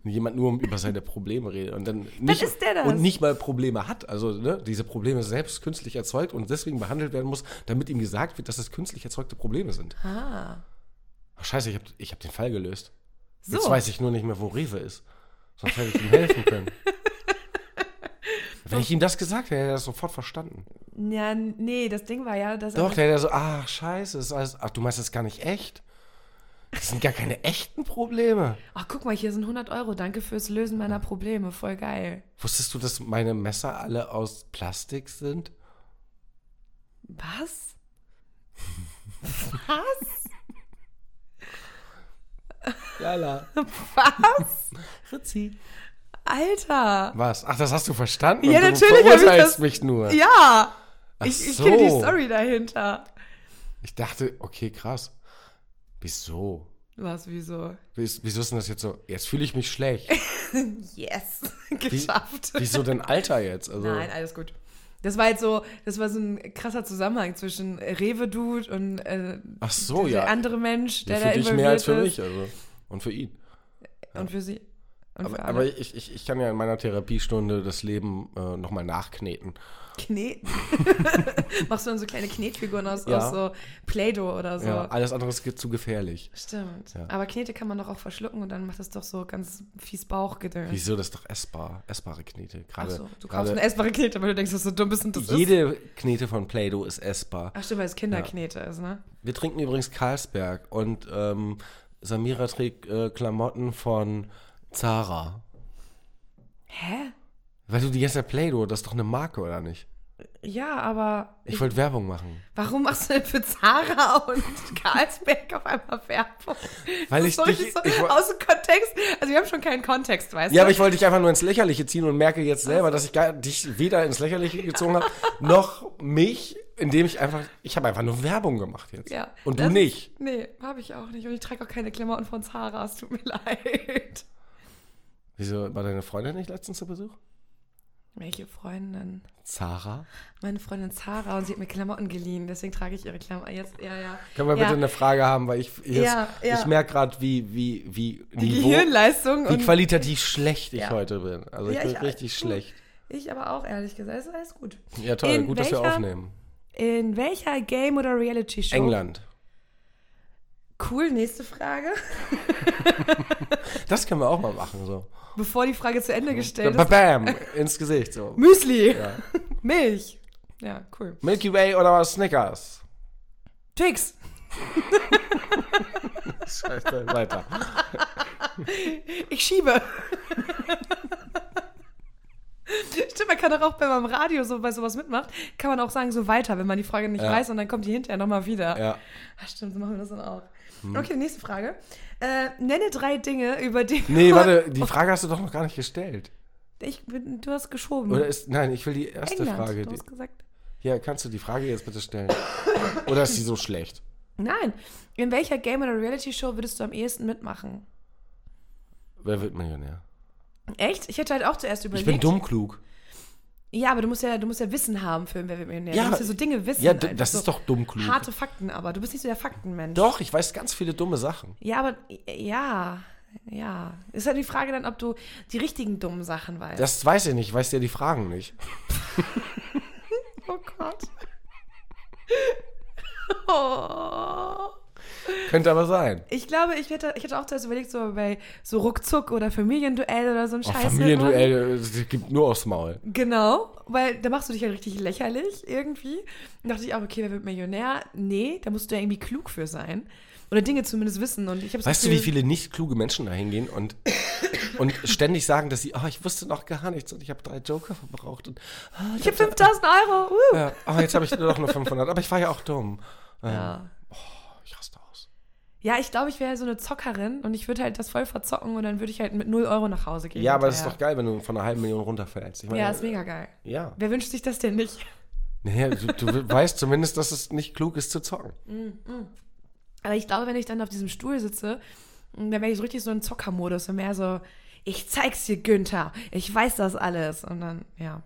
Speaker 4: Jemand nur über seine Probleme redet und dann nicht,
Speaker 3: ist der das.
Speaker 4: und nicht mal Probleme hat. Also ne, diese Probleme selbst künstlich erzeugt und deswegen behandelt werden muss, damit ihm gesagt wird, dass es künstlich erzeugte Probleme sind.
Speaker 3: ah,
Speaker 4: Ach, scheiße, ich habe ich hab den Fall gelöst.
Speaker 3: so.
Speaker 4: Jetzt weiß ich nur nicht mehr, wo Rewe ist. Sonst hätte ich ihm helfen können. Wenn ich ihm das gesagt hätte, hätte er das sofort verstanden.
Speaker 3: Ja, nee, das Ding war ja, dass
Speaker 4: Doch, der hätte er so, ach, scheiße, das ist alles, ach, du meinst das ist gar nicht echt? Das sind gar keine echten Probleme.
Speaker 3: Ach, guck mal, hier sind 100 Euro. Danke fürs Lösen meiner Probleme. Voll geil.
Speaker 4: Wusstest du, dass meine Messer alle aus Plastik sind?
Speaker 3: Was? Was?
Speaker 4: Jala.
Speaker 3: Was?
Speaker 4: Ritzi.
Speaker 3: Alter.
Speaker 4: Was? Ach, das hast du verstanden?
Speaker 3: Ja,
Speaker 4: und du
Speaker 3: natürlich hab ich
Speaker 4: verurteilst
Speaker 3: das-
Speaker 4: mich nur.
Speaker 3: Ja.
Speaker 4: Ach
Speaker 3: Ich, ich
Speaker 4: so.
Speaker 3: kenne die Story dahinter.
Speaker 4: Ich dachte, okay, krass. Wieso?
Speaker 3: Was, wieso?
Speaker 4: Wies- Wieso ist denn das jetzt so? Jetzt fühle ich mich schlecht.
Speaker 3: Yes. Geschafft.
Speaker 4: Wieso denn Alter jetzt? Also,
Speaker 3: Nein, alles gut. Das war jetzt so, das war so ein krasser Zusammenhang zwischen Rewe-Dude und äh,
Speaker 4: Ach so,
Speaker 3: der
Speaker 4: ja.
Speaker 3: andere Mensch, der
Speaker 4: ja,
Speaker 3: da
Speaker 4: für dich
Speaker 3: involviert
Speaker 4: mehr als für
Speaker 3: ist.
Speaker 4: mich, also. Und für ihn.
Speaker 3: Und für sie. Und
Speaker 4: Aber,
Speaker 3: für
Speaker 4: aber
Speaker 3: alle.
Speaker 4: ich, ich, ich kann ja in meiner Therapiestunde das Leben äh, nochmal nachkneten.
Speaker 3: Kneten. Machst du dann so kleine Knetfiguren aus,
Speaker 4: Ja.
Speaker 3: aus so Play-Doh oder so.
Speaker 4: Ja, alles andere ist ge- zu gefährlich.
Speaker 3: Stimmt.
Speaker 4: Ja.
Speaker 3: Aber Knete kann man doch auch verschlucken und dann macht das doch so ganz fies Bauchgedöns.
Speaker 4: Wieso? Das ist doch essbar. Essbare Knete.
Speaker 3: Ach
Speaker 4: Gerade,
Speaker 3: so, du kaufst
Speaker 4: gerade
Speaker 3: eine essbare Knete, weil du denkst, dass du dumm bist und das ist.
Speaker 4: jede Knete von Play-Doh ist essbar.
Speaker 3: Ach stimmt, weil es Kinderknete ist, ne?
Speaker 4: Wir trinken übrigens Carlsberg und ähm, Samira trägt äh, Klamotten von Zara.
Speaker 3: Hä?
Speaker 4: Weil du die ganze Zeit Play-Doh, das ist doch eine Marke, oder nicht?
Speaker 3: Ja, aber
Speaker 4: Ich wollte Werbung machen.
Speaker 3: Warum machst du denn für Zara und Karlsberg auf einmal Werbung?
Speaker 4: Weil
Speaker 3: das
Speaker 4: ich
Speaker 3: ist so
Speaker 4: dich-
Speaker 3: richtig so
Speaker 4: ich woll-
Speaker 3: aus dem Kontext. Also wir haben schon keinen Kontext, weißt
Speaker 4: Ja,
Speaker 3: du?
Speaker 4: aber ich wollte dich einfach nur ins Lächerliche ziehen und merke jetzt selber, dass ich gar, dich weder ins Lächerliche gezogen habe, noch mich, indem ich einfach, ich habe einfach nur Werbung gemacht jetzt.
Speaker 3: Ja,
Speaker 4: und du
Speaker 3: das-
Speaker 4: nicht.
Speaker 3: Nee, habe ich auch nicht. Und ich trage auch keine Klamotten von Zara, es tut mir leid.
Speaker 4: Wieso war deine Freundin nicht letztens zu Besuch?
Speaker 3: Welche Freundin?
Speaker 4: Zara?
Speaker 3: Meine Freundin Zara und sie hat mir Klamotten geliehen, deswegen trage ich ihre Klamotten. Jetzt, ja, ja.
Speaker 4: Können wir
Speaker 3: ja.
Speaker 4: bitte eine Frage haben, weil ich jetzt,
Speaker 3: Ja, ja.
Speaker 4: ich merke gerade, wie, wie, wie
Speaker 3: Die Gehirnleistung
Speaker 4: wie
Speaker 3: und
Speaker 4: qualitativ schlecht ich
Speaker 3: Ja.
Speaker 4: heute bin. Also
Speaker 3: Ja,
Speaker 4: ich bin
Speaker 3: ich-
Speaker 4: richtig schlecht.
Speaker 3: ich aber auch, ehrlich gesagt. Es ist alles gut.
Speaker 4: Ja, toll,
Speaker 3: In
Speaker 4: gut, dass wir
Speaker 3: welcher-
Speaker 4: aufnehmen.
Speaker 3: In welcher Game- oder Reality-Show?
Speaker 4: England.
Speaker 3: Cool, nächste Frage.
Speaker 4: Das können wir auch mal machen, so.
Speaker 3: Bevor die Frage zu Ende gestellt ist.
Speaker 4: Bam, ins Gesicht, so.
Speaker 3: Müsli. Milch. Ja, cool.
Speaker 4: Milky Way oder was Snickers?
Speaker 3: Twix.
Speaker 4: Scheiße, weiter.
Speaker 3: Ich schiebe. Stimmt, man kann doch auch, wenn man im Radio so bei sowas mitmacht, kann man auch sagen, so weiter, wenn man die Frage nicht
Speaker 4: Ja.
Speaker 3: weiß und dann kommt die hinterher nochmal wieder.
Speaker 4: Ja. Hm.
Speaker 3: Ach, stimmt, so machen wir das dann auch. Okay, nächste Frage. Äh, nenne drei Dinge, über die.
Speaker 4: Nee, warte,
Speaker 3: Oh.
Speaker 4: die Frage hast du doch noch gar nicht gestellt.
Speaker 3: Ich bin, du hast geschoben.
Speaker 4: Oder ist, nein, ich will die erste
Speaker 3: England,
Speaker 4: Frage.
Speaker 3: du
Speaker 4: Die,
Speaker 3: hast gesagt.
Speaker 4: ja, kannst du die Frage jetzt bitte stellen? Oder ist die so schlecht?
Speaker 3: Nein. In welcher Game- oder Reality-Show würdest du am ehesten mitmachen?
Speaker 4: Wer wird Millionär?
Speaker 3: Echt? Ich hätte halt auch zuerst
Speaker 4: Ich
Speaker 3: überlegt.
Speaker 4: bin dumm klug.
Speaker 3: Ja, aber du musst ja, du musst ja Wissen haben für einen Wer wird Millionär.
Speaker 4: Ja,
Speaker 3: du musst ja so Dinge wissen.
Speaker 4: Ja, d-
Speaker 3: einfach.
Speaker 4: das
Speaker 3: so
Speaker 4: ist doch dumm klug.
Speaker 3: Harte Fakten aber. Du bist nicht so der Faktenmensch.
Speaker 4: Doch, ich weiß ganz viele dumme Sachen.
Speaker 3: Ja, aber ja, ja. Ist halt die Frage dann, ob du die richtigen dummen Sachen weißt.
Speaker 4: Das weiß ich nicht, ich weiß ja die Fragen nicht.
Speaker 3: oh Gott. oh.
Speaker 4: Könnte aber sein.
Speaker 3: Ich glaube, ich hätte, ich hätte auch zuerst überlegt, so bei so Ruckzuck oder Familienduell oder so ein
Speaker 4: Oh,
Speaker 3: Scheiß.
Speaker 4: Familienduell, das gibt nur aufs Maul.
Speaker 3: Genau, weil da machst du dich halt richtig lächerlich irgendwie. Und dachte ich auch, okay, wer wird Millionär? Nee, da musst du ja irgendwie klug für sein. Oder Dinge zumindest wissen. Und ich hab's
Speaker 4: Weißt du, wie viele nicht kluge Menschen da hingehen und, und ständig sagen, dass sie, ah, ich wusste noch gar nichts und ich habe drei Joker verbraucht und ah,
Speaker 3: Ich habe 5000 Euro. Uh.
Speaker 4: ja, ah, jetzt habe ich nur noch nur 500, aber ich war ja auch dumm. Ähm,
Speaker 3: Ja.
Speaker 4: oh, ich raste aus.
Speaker 3: Ja, ich glaube, ich wäre so eine Zockerin und ich würde halt das voll verzocken und dann würde ich halt mit 0 Euro nach Hause gehen.
Speaker 4: Ja, aber das ist doch
Speaker 3: hinterher.
Speaker 4: geil, wenn du von einer halben Million runterfällst. Ich meine,
Speaker 3: Ja, ist mega geil.
Speaker 4: Ja.
Speaker 3: Wer wünscht sich das denn nicht?
Speaker 4: Naja, du, du weißt zumindest, dass es nicht klug ist zu zocken.
Speaker 3: Aber ich glaube, wenn ich dann auf diesem Stuhl sitze, dann wäre ich so richtig so in Zockermodus und mehr so, ich zeig's dir, Günther, ich weiß das alles. Und dann, ja.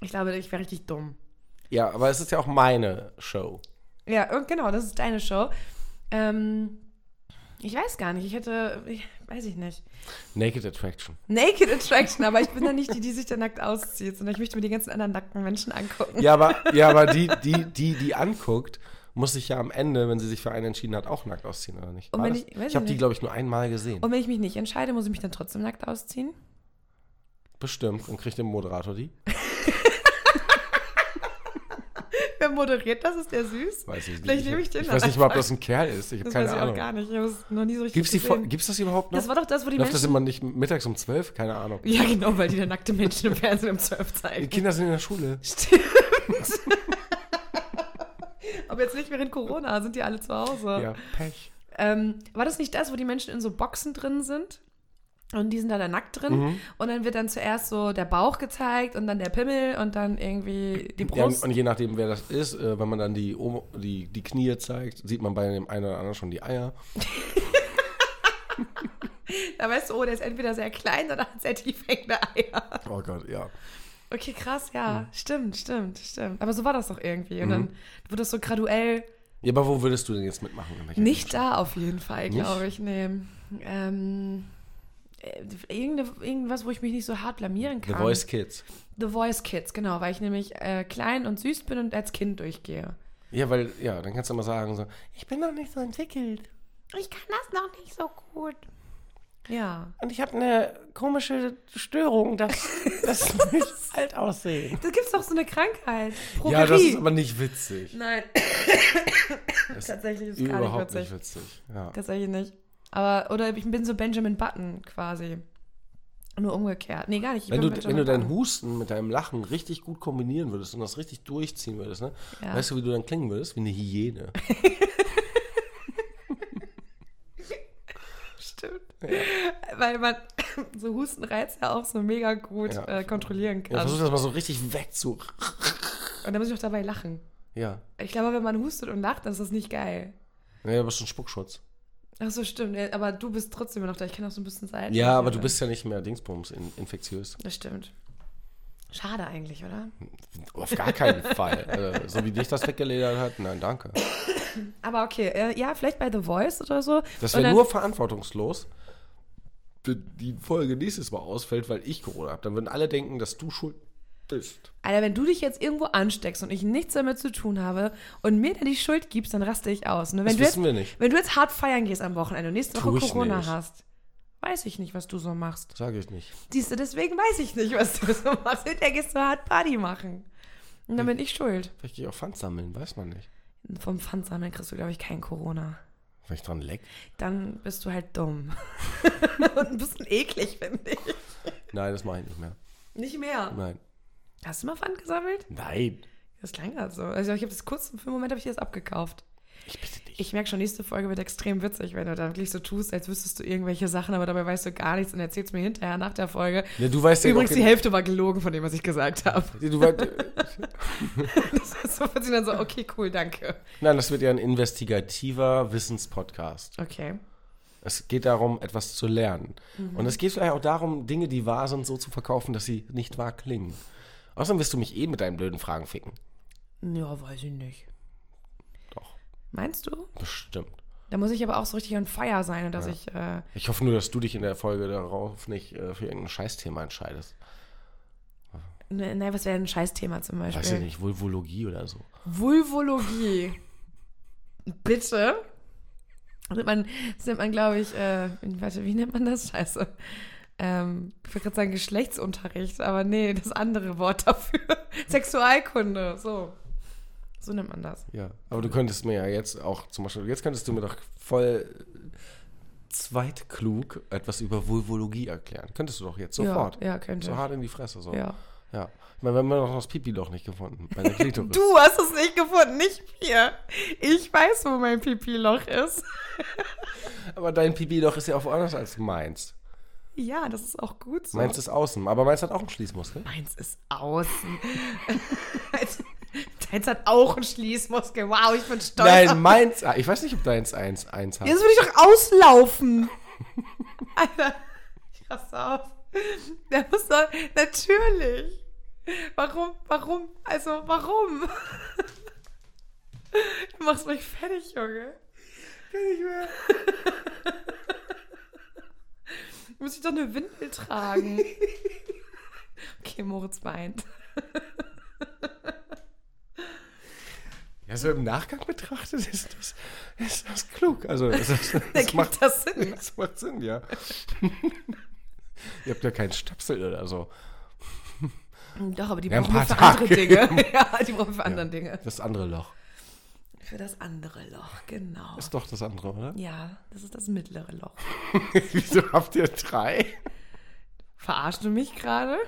Speaker 3: Ich glaube, ich wäre richtig dumm.
Speaker 4: Ja, aber es ist ja auch meine Show.
Speaker 3: Ja, und genau, das ist deine Show. Ähm, ich weiß gar nicht, ich hätte, ich, weiß ich nicht.
Speaker 4: Naked Attraction.
Speaker 3: Naked Attraction, aber ich bin dann nicht die, die sich da nackt auszieht, sondern ich möchte mir die ganzen anderen nackten Menschen angucken.
Speaker 4: Ja, aber, ja, aber die, die, die, die anguckt, muss sich ja am Ende, wenn sie sich für einen entschieden hat, auch nackt ausziehen, oder nicht?
Speaker 3: Und
Speaker 4: War
Speaker 3: wenn
Speaker 4: das?
Speaker 3: ich- weiß
Speaker 4: ich habe
Speaker 3: ich
Speaker 4: die,
Speaker 3: nicht.
Speaker 4: glaube ich, nur einmal gesehen.
Speaker 3: Und wenn ich mich nicht entscheide, muss ich mich dann trotzdem nackt ausziehen?
Speaker 4: Bestimmt. Und kriegt den Moderator die?
Speaker 3: Wer moderiert das? Ist der süß?
Speaker 4: Weiß ich nicht.
Speaker 3: Vielleicht nehme ich den
Speaker 4: Ich
Speaker 3: dann
Speaker 4: weiß nicht mal, ob
Speaker 3: einfach.
Speaker 4: das ein Kerl ist. Ich habe
Speaker 3: Das
Speaker 4: keine
Speaker 3: weiß ich
Speaker 4: Ahnung.
Speaker 3: auch gar nicht. Ich habe es noch nie so richtig
Speaker 4: Gibt's, die, Fol-
Speaker 3: gesehen.
Speaker 4: gibt's das überhaupt noch?
Speaker 3: Das war doch das, wo die
Speaker 4: Läuft das
Speaker 3: Menschen...
Speaker 4: immer nicht mittags um zwölf? Keine Ahnung.
Speaker 3: Ja, genau, weil die da nackte Menschen im Fernsehen im Surf
Speaker 4: Die
Speaker 3: zeigen.
Speaker 4: Kinder sind in der Schule.
Speaker 3: Stimmt. Aber jetzt nicht während Corona, sind die alle zu Hause.
Speaker 4: Ja, Pech.
Speaker 3: Ähm, war das nicht das, wo die Menschen in so Boxen drin sind? Und die sind da dann nackt drin.
Speaker 4: Mhm.
Speaker 3: Und dann wird dann zuerst so der Bauch gezeigt und dann der Pimmel und dann irgendwie die
Speaker 4: Ja, und
Speaker 3: Brust.
Speaker 4: und je nachdem, wer das ist, äh, wenn man dann die, Omo- die, die Knie zeigt, sieht man bei dem einen oder anderen schon die Eier.
Speaker 3: da weißt du, oh, der ist entweder sehr klein oder hat sehr tief hängende Eier.
Speaker 4: Oh Gott, ja.
Speaker 3: Okay, krass, ja. Stimmt, stimmt, stimmt. Aber so war das doch irgendwie.
Speaker 4: Mhm.
Speaker 3: Und dann wurde das so graduell
Speaker 4: Ja, aber wo würdest du denn jetzt mitmachen? In welcher
Speaker 3: Nicht
Speaker 4: Branche?
Speaker 3: da auf jeden Fall,
Speaker 4: Nicht?
Speaker 3: glaube ich. Nee. Ähm, äh, irgende, irgendwas, wo ich mich nicht so hart blamieren
Speaker 4: The
Speaker 3: kann.
Speaker 4: Voice Kids.
Speaker 3: The Voice Kids, genau, weil ich nämlich äh, klein und süß bin und als Kind durchgehe.
Speaker 4: Ja, weil, ja, dann kannst du immer sagen, so, ich bin noch nicht so entwickelt.
Speaker 3: Ich kann das noch nicht so gut. Ja.
Speaker 4: Und ich habe eine komische Störung, dass, dass mich alt aussehen.
Speaker 3: Da gibt es doch so eine Krankheit. Proberie.
Speaker 4: Ja, das ist aber nicht witzig.
Speaker 3: Nein,
Speaker 4: Das ist
Speaker 3: tatsächlich ist es gar nicht
Speaker 4: überhaupt
Speaker 3: witzig.
Speaker 4: nicht witzig. Ja.
Speaker 3: Tatsächlich nicht. Aber, oder ich bin so Benjamin Button quasi. Nur umgekehrt. Nee, gar nicht. Ich
Speaker 4: Wenn
Speaker 3: bin
Speaker 4: du, wenn
Speaker 3: Benjamin
Speaker 4: du deinen
Speaker 3: Button.
Speaker 4: Husten mit deinem Lachen richtig gut kombinieren würdest und das richtig durchziehen würdest, ne?
Speaker 3: Ja.
Speaker 4: Weißt du, wie du dann klingen würdest? Wie eine Hyäne.
Speaker 3: Stimmt. Weil man so Hustenreiz ja auch so mega gut
Speaker 4: Ja.
Speaker 3: äh, kontrollieren
Speaker 4: Ja,
Speaker 3: kann.
Speaker 4: versuch das mal so richtig wegzu.
Speaker 3: und da muss ich auch dabei lachen.
Speaker 4: Ja.
Speaker 3: Ich glaube, wenn man hustet und lacht, dann ist das nicht geil.
Speaker 4: Naja, du bist schon Spuckschutz.
Speaker 3: Ach so, stimmt. Ja, Aber du bist trotzdem immer noch da. Ich kann auch so ein bisschen sein.
Speaker 4: Ja, aber du bist ja nicht mehr Dingsbums in, infektiös.
Speaker 3: Das stimmt. Schade eigentlich, oder?
Speaker 4: Auf gar keinen Fall. Äh, so wie dich das weggeledert hat, nein, danke.
Speaker 3: Aber okay, äh, ja, vielleicht bei The Voice oder so.
Speaker 4: Das
Speaker 3: Und
Speaker 4: wäre
Speaker 3: dann-
Speaker 4: nur verantwortungslos, wenn die Folge nächstes Mal ausfällt, weil ich Corona habe. Dann würden alle denken, dass du schuld bist.
Speaker 3: Alter, wenn du dich jetzt irgendwo ansteckst und ich nichts damit zu tun habe und mir dann die Schuld gibst, dann raste ich aus. Ne? Wenn
Speaker 4: Das
Speaker 3: du jetzt,
Speaker 4: wissen wir nicht.
Speaker 3: Wenn du jetzt hart feiern gehst am Wochenende und nächste
Speaker 4: Tu
Speaker 3: Woche
Speaker 4: ich
Speaker 3: Corona
Speaker 4: nicht.
Speaker 3: hast, weiß ich nicht, was du so machst.
Speaker 4: Sage ich nicht.
Speaker 3: Siehst du, deswegen weiß ich nicht, was du so machst. Hinterher gehst du hart Party machen. Und
Speaker 4: Hm.
Speaker 3: dann bin ich schuld.
Speaker 4: Vielleicht gehe ich auch Pfand sammeln, weiß man nicht.
Speaker 3: Vom Pfandsammeln kriegst du, glaube ich, kein Corona.
Speaker 4: Wenn ich dran leck.
Speaker 3: Dann bist du halt dumm. Und ein bisschen eklig, finde ich.
Speaker 4: Nein, das mache ich nicht mehr.
Speaker 3: Nicht mehr.
Speaker 4: Nein.
Speaker 3: Hast du mal Pfand gesammelt?
Speaker 4: Nein.
Speaker 3: Das klang gerade so. Also ich habe das kurz, für einen Moment habe ich dir das abgekauft.
Speaker 4: Ich bitte dich. witzig.
Speaker 3: Ich merke schon, nächste Folge wird extrem witzig, wenn du dann wirklich so tust, als wüsstest du irgendwelche Sachen, aber dabei weißt du gar nichts und erzählst mir hinterher nach der Folge.
Speaker 4: Ne, du weißt
Speaker 3: Übrigens,
Speaker 4: ja
Speaker 3: die
Speaker 4: auch,
Speaker 3: Hälfte war gelogen von dem, was ich gesagt habe.
Speaker 4: die du weißt,
Speaker 3: so wird sie dann so, okay, cool, danke.
Speaker 4: Nein, das wird ja ein investigativer Wissenspodcast.
Speaker 3: Okay.
Speaker 4: Es geht darum, etwas zu lernen.
Speaker 3: Mhm.
Speaker 4: Und es geht vielleicht auch darum, Dinge, die wahr sind, so zu verkaufen, dass sie nicht wahr klingen. Außerdem wirst du mich eh mit deinen blöden Fragen ficken.
Speaker 3: Ja, weiß ich nicht.
Speaker 4: Doch,
Speaker 3: Meinst du?
Speaker 4: bestimmt.
Speaker 3: Da muss ich aber auch so richtig on fire sein und dass ich, äh,
Speaker 4: Ich hoffe nur, dass du dich in der Folge darauf nicht äh, für irgendein Scheißthema entscheidest.
Speaker 3: ne, ne, was wäre denn ein Scheißthema zum Beispiel?
Speaker 4: Weiß ich nicht, Vulvologie oder so.
Speaker 3: Vulvologie. Bitte? Das nennt man, das nennt man glaube ich, äh, warte, wie nennt man das? Scheiße. Ähm, ich würde gerade sagen Geschlechtsunterricht, aber nee, das andere Wort dafür. Sexualkunde, so. So nennt man das.
Speaker 4: Ja, aber du könntest mir ja jetzt auch zum Beispiel, jetzt könntest du mir doch voll zweitklug etwas über Vulvologie erklären. Könntest du doch jetzt sofort.
Speaker 3: Ja, ja könnte.
Speaker 4: So hart in die Fresse. So.
Speaker 3: Ja.
Speaker 4: Ja. Ich meine, wir haben ja noch das Pipi-Loch nicht gefunden. Bei der Klitoris.
Speaker 3: Du hast es nicht gefunden, nicht wir. Ich weiß, wo mein Pipi-Loch ist.
Speaker 4: Aber dein Pipi-Loch ist ja auch woanders als meins.
Speaker 3: Ja, das ist auch gut so.
Speaker 4: Meins ist außen, aber meins hat auch einen Schließmuskel.
Speaker 3: Meins ist außen. Deins hat auch einen Schließmuskel. Wow, ich bin stolz. auf-
Speaker 4: Nein, meins. ah, Ich weiß nicht, ob deins eins, eins hat.
Speaker 3: Jetzt würde ich doch auslaufen. Alter, ich raste auf. Der muss doch, natürlich. Warum, warum, also warum? Du machst mich fertig, Junge. Kann ich mehr. Muss ich doch eine Windel tragen. Okay, Moritz weint.
Speaker 4: Ja, so im Nachgang betrachtet ist das, ist das klug. Also, das, das, das,
Speaker 3: Ergibt
Speaker 4: macht,
Speaker 3: das Sinn?
Speaker 4: das macht Sinn, ja. Ihr habt ja keinen Stöpsel also, oder so.
Speaker 3: Doch, aber die
Speaker 4: Ja, ein
Speaker 3: brauchen wir für
Speaker 4: paar Tage.
Speaker 3: andere Dinge. Ja, die brauchen wir für andere Dinge.
Speaker 4: Das andere Loch.
Speaker 3: Für das andere Loch, genau.
Speaker 4: Ist doch das andere, oder?
Speaker 3: Ja, das ist das mittlere Loch.
Speaker 4: Wieso habt ihr drei?
Speaker 3: Verarschst du mich gerade?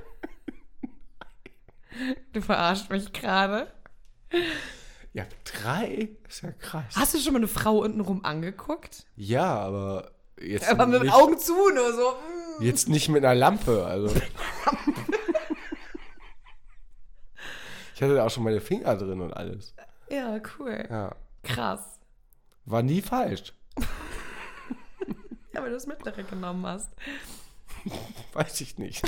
Speaker 3: Du verarschst mich gerade.
Speaker 4: Ja, drei? Ist ja krass.
Speaker 3: Hast du schon mal eine Frau untenrum angeguckt?
Speaker 4: Ja, aber jetzt,
Speaker 3: Aber mit
Speaker 4: nicht,
Speaker 3: Augen zu, nur so. mm.
Speaker 4: jetzt nicht mit einer Lampe. Also. ich hatte da auch schon meine Finger drin und alles.
Speaker 3: Ja, cool.
Speaker 4: Ja.
Speaker 3: Krass.
Speaker 4: War nie falsch.
Speaker 3: Ja, weil du das mittlere genommen hast.
Speaker 4: Weiß ich nicht.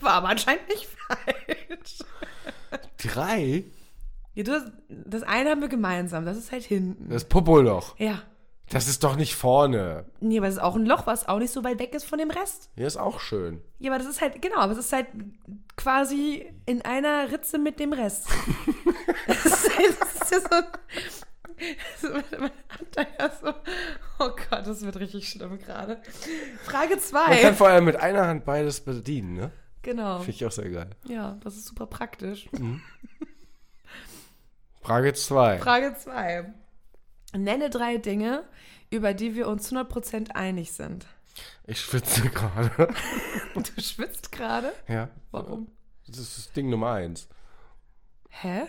Speaker 3: War aber anscheinend nicht falsch.
Speaker 4: Drei?
Speaker 3: Ja, du, hast- das eine haben wir gemeinsam, das ist halt hinten.
Speaker 4: Das Popoloch.
Speaker 3: ja.
Speaker 4: Das ist doch nicht vorne.
Speaker 3: Nee, aber es ist auch ein Loch, was auch nicht so weit weg ist von dem Rest.
Speaker 4: Hier ist auch schön.
Speaker 3: Ja, aber das ist halt, genau, aber es ist halt quasi in einer Ritze mit dem Rest. das ist, das ist ja so, das ist- man hat da ja so, oh Gott, das wird richtig schlimm gerade. Frage
Speaker 4: Man kann
Speaker 3: 2.
Speaker 4: vor allem mit einer Hand beides bedienen, ne?
Speaker 3: Genau.
Speaker 4: Finde ich auch sehr geil.
Speaker 3: Ja, das ist super praktisch.
Speaker 4: Frage 2.
Speaker 3: Frage 2. Nenne drei Dinge, über die wir uns 100% einig sind.
Speaker 4: Ich schwitze gerade.
Speaker 3: Du schwitzt gerade?
Speaker 4: ja.
Speaker 3: Warum?
Speaker 4: Das ist das Ding Nummer eins.
Speaker 3: Hä?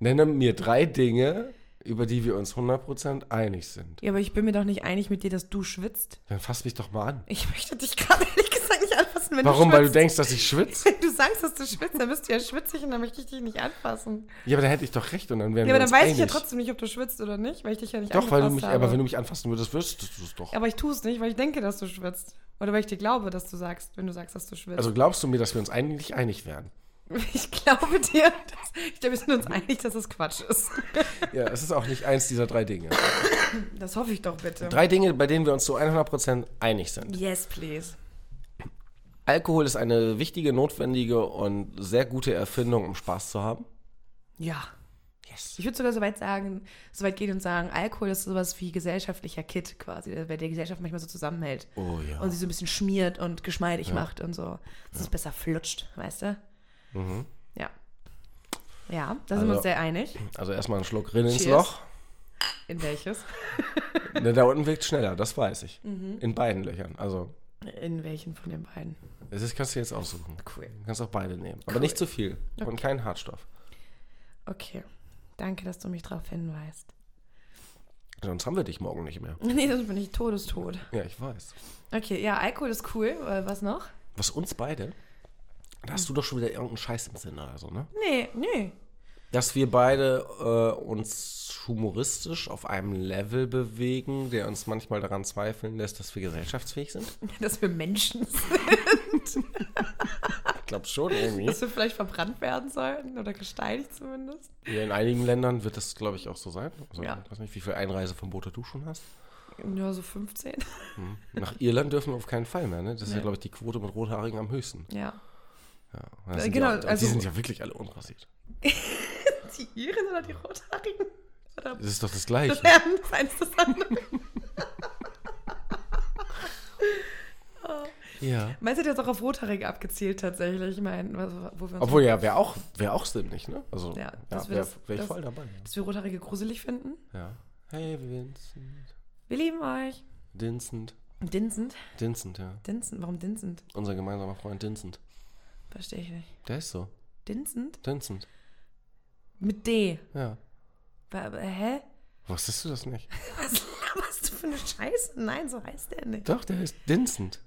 Speaker 4: Nenne mir drei Dinge, über die wir uns 100% einig sind.
Speaker 3: Ja, aber ich bin mir doch nicht einig mit dir, dass du schwitzt.
Speaker 4: Dann fass mich doch mal an.
Speaker 3: Ich möchte dich gerade ehrlich gesagt nicht anfassen, wenn
Speaker 4: Warum?
Speaker 3: du
Speaker 4: Weil
Speaker 3: schwitzt.
Speaker 4: du denkst, dass ich schwitze?
Speaker 3: Wenn du sagst, dass du schwitzt, dann bist du ja schwitzig und dann möchte ich dich nicht anfassen.
Speaker 4: Ja, aber dann hätte ich doch recht und dann wären
Speaker 3: Ja,
Speaker 4: wir
Speaker 3: aber dann
Speaker 4: uns
Speaker 3: weiß
Speaker 4: einig.
Speaker 3: ich ja trotzdem nicht, ob du schwitzt oder nicht, weil ich dich ja nicht
Speaker 4: Doch, weil du mich,
Speaker 3: habe.
Speaker 4: aber wenn du mich anfassen würdest, wüsstest du es doch.
Speaker 3: aber ich tue es nicht, weil ich denke, dass du schwitzt. Oder weil ich dir glaube, dass du sagst, wenn du sagst, dass du schwitzt.
Speaker 4: Also glaubst du mir, dass wir uns eigentlich einig wären?
Speaker 3: ich glaube dir, dass, ich glaube, wir sind uns einig, dass das Quatsch ist.
Speaker 4: Ja, es ist auch nicht eins dieser drei Dinge.
Speaker 3: Das hoffe ich doch bitte.
Speaker 4: Drei Dinge, bei denen wir uns zu 100% einig sind.
Speaker 3: Yes, please.
Speaker 4: Alkohol ist eine wichtige, notwendige und sehr gute Erfindung, um Spaß zu haben.
Speaker 3: Ja.
Speaker 4: Yes.
Speaker 3: Ich würde sogar so weit sagen, so weit gehen und sagen, Alkohol ist sowas wie gesellschaftlicher Kit quasi, der die Gesellschaft manchmal so zusammenhält.
Speaker 4: Oh ja.
Speaker 3: und sie so ein bisschen schmiert und geschmeidig macht und so. Dass es besser flutscht, weißt du? Ja. Ja, da sind wir
Speaker 4: Mhm. Also-
Speaker 3: uns sehr einig.
Speaker 4: Also erstmal einen Schluck Rin ins
Speaker 3: Cheers.
Speaker 4: Loch.
Speaker 3: In welches?
Speaker 4: Ne, da unten wirkt schneller, das weiß ich.
Speaker 3: Mhm.
Speaker 4: In beiden Löchern. Also,
Speaker 3: In welchen von den beiden?
Speaker 4: das ist- kannst du jetzt aussuchen.
Speaker 3: Cool.
Speaker 4: Du kannst auch beide nehmen. Aber nicht zu viel. Und kein Hartstoff.
Speaker 3: Okay. Danke, dass du mich darauf hinweist.
Speaker 4: Sonst haben wir dich morgen nicht mehr.
Speaker 3: Nee, sonst bin ich todestot.
Speaker 4: Ja, ich weiß.
Speaker 3: Okay, ja, Alkohol ist cool. Äh, Was noch?
Speaker 4: Was uns beide, da hast du doch schon wieder irgendeinen Scheiß im Sinne, also, ne?
Speaker 3: Nee, nee.
Speaker 4: Dass wir beide äh, uns humoristisch auf einem Level bewegen, der uns manchmal daran zweifeln lässt, dass wir gesellschaftsfähig sind.
Speaker 3: Dass wir Menschen sind,
Speaker 4: Ich glaube schon, irgendwie.
Speaker 3: dass wir vielleicht verbrannt werden sollten oder gesteinigt zumindest.
Speaker 4: Ja, in einigen Ländern wird das, glaube ich, auch so sein. Also,
Speaker 3: Ja.
Speaker 4: Ich weiß nicht, wie viel Einreiseverbote du schon hast.
Speaker 3: Ja, so 15.
Speaker 4: Nach Irland dürfen wir auf keinen Fall mehr, ne? Das ist ja, glaube ich, die Quote mit Rothaarigen am höchsten.
Speaker 3: Ja.
Speaker 4: Ja. Und
Speaker 3: Äh,
Speaker 4: das sind
Speaker 3: genau,
Speaker 4: ja, und
Speaker 3: also-
Speaker 4: die sind ja wirklich alle unrasiert.
Speaker 3: Die Iren oder die Rothaarigen? Oder
Speaker 4: Das ist doch das Gleiche.
Speaker 3: lernen das eins das andere.
Speaker 4: ja.
Speaker 3: Meinst du, der hat auch auf Rothaarige abgezielt tatsächlich? Ich meine, was, wo wir uns
Speaker 4: Obwohl, ja, wäre auch, wär auch stimmig, ne? Also,
Speaker 3: Ja,
Speaker 4: ja,
Speaker 3: das
Speaker 4: wäre
Speaker 3: wär's-
Speaker 4: wär ich
Speaker 3: das-
Speaker 4: voll dabei.
Speaker 3: dass wir Rothaarige gruselig finden.
Speaker 4: Ja. Hey, Vincent.
Speaker 3: Wir lieben euch.
Speaker 4: Vincent.
Speaker 3: Dinsend?
Speaker 4: Vincent, ja.
Speaker 3: Dinsend? Warum Dinsend?
Speaker 4: Unser gemeinsamer Freund Vincent.
Speaker 3: Verstehe ich nicht.
Speaker 4: Der ist so.
Speaker 3: Dinsend?
Speaker 4: Vincent.
Speaker 3: Mit D.
Speaker 4: Ja.
Speaker 3: Wa- wa- Hä?
Speaker 4: Wusstest du das nicht?
Speaker 3: Was laberst du für eine Scheiße? Nein, so heißt der nicht.
Speaker 4: Doch, der heißt Vincent.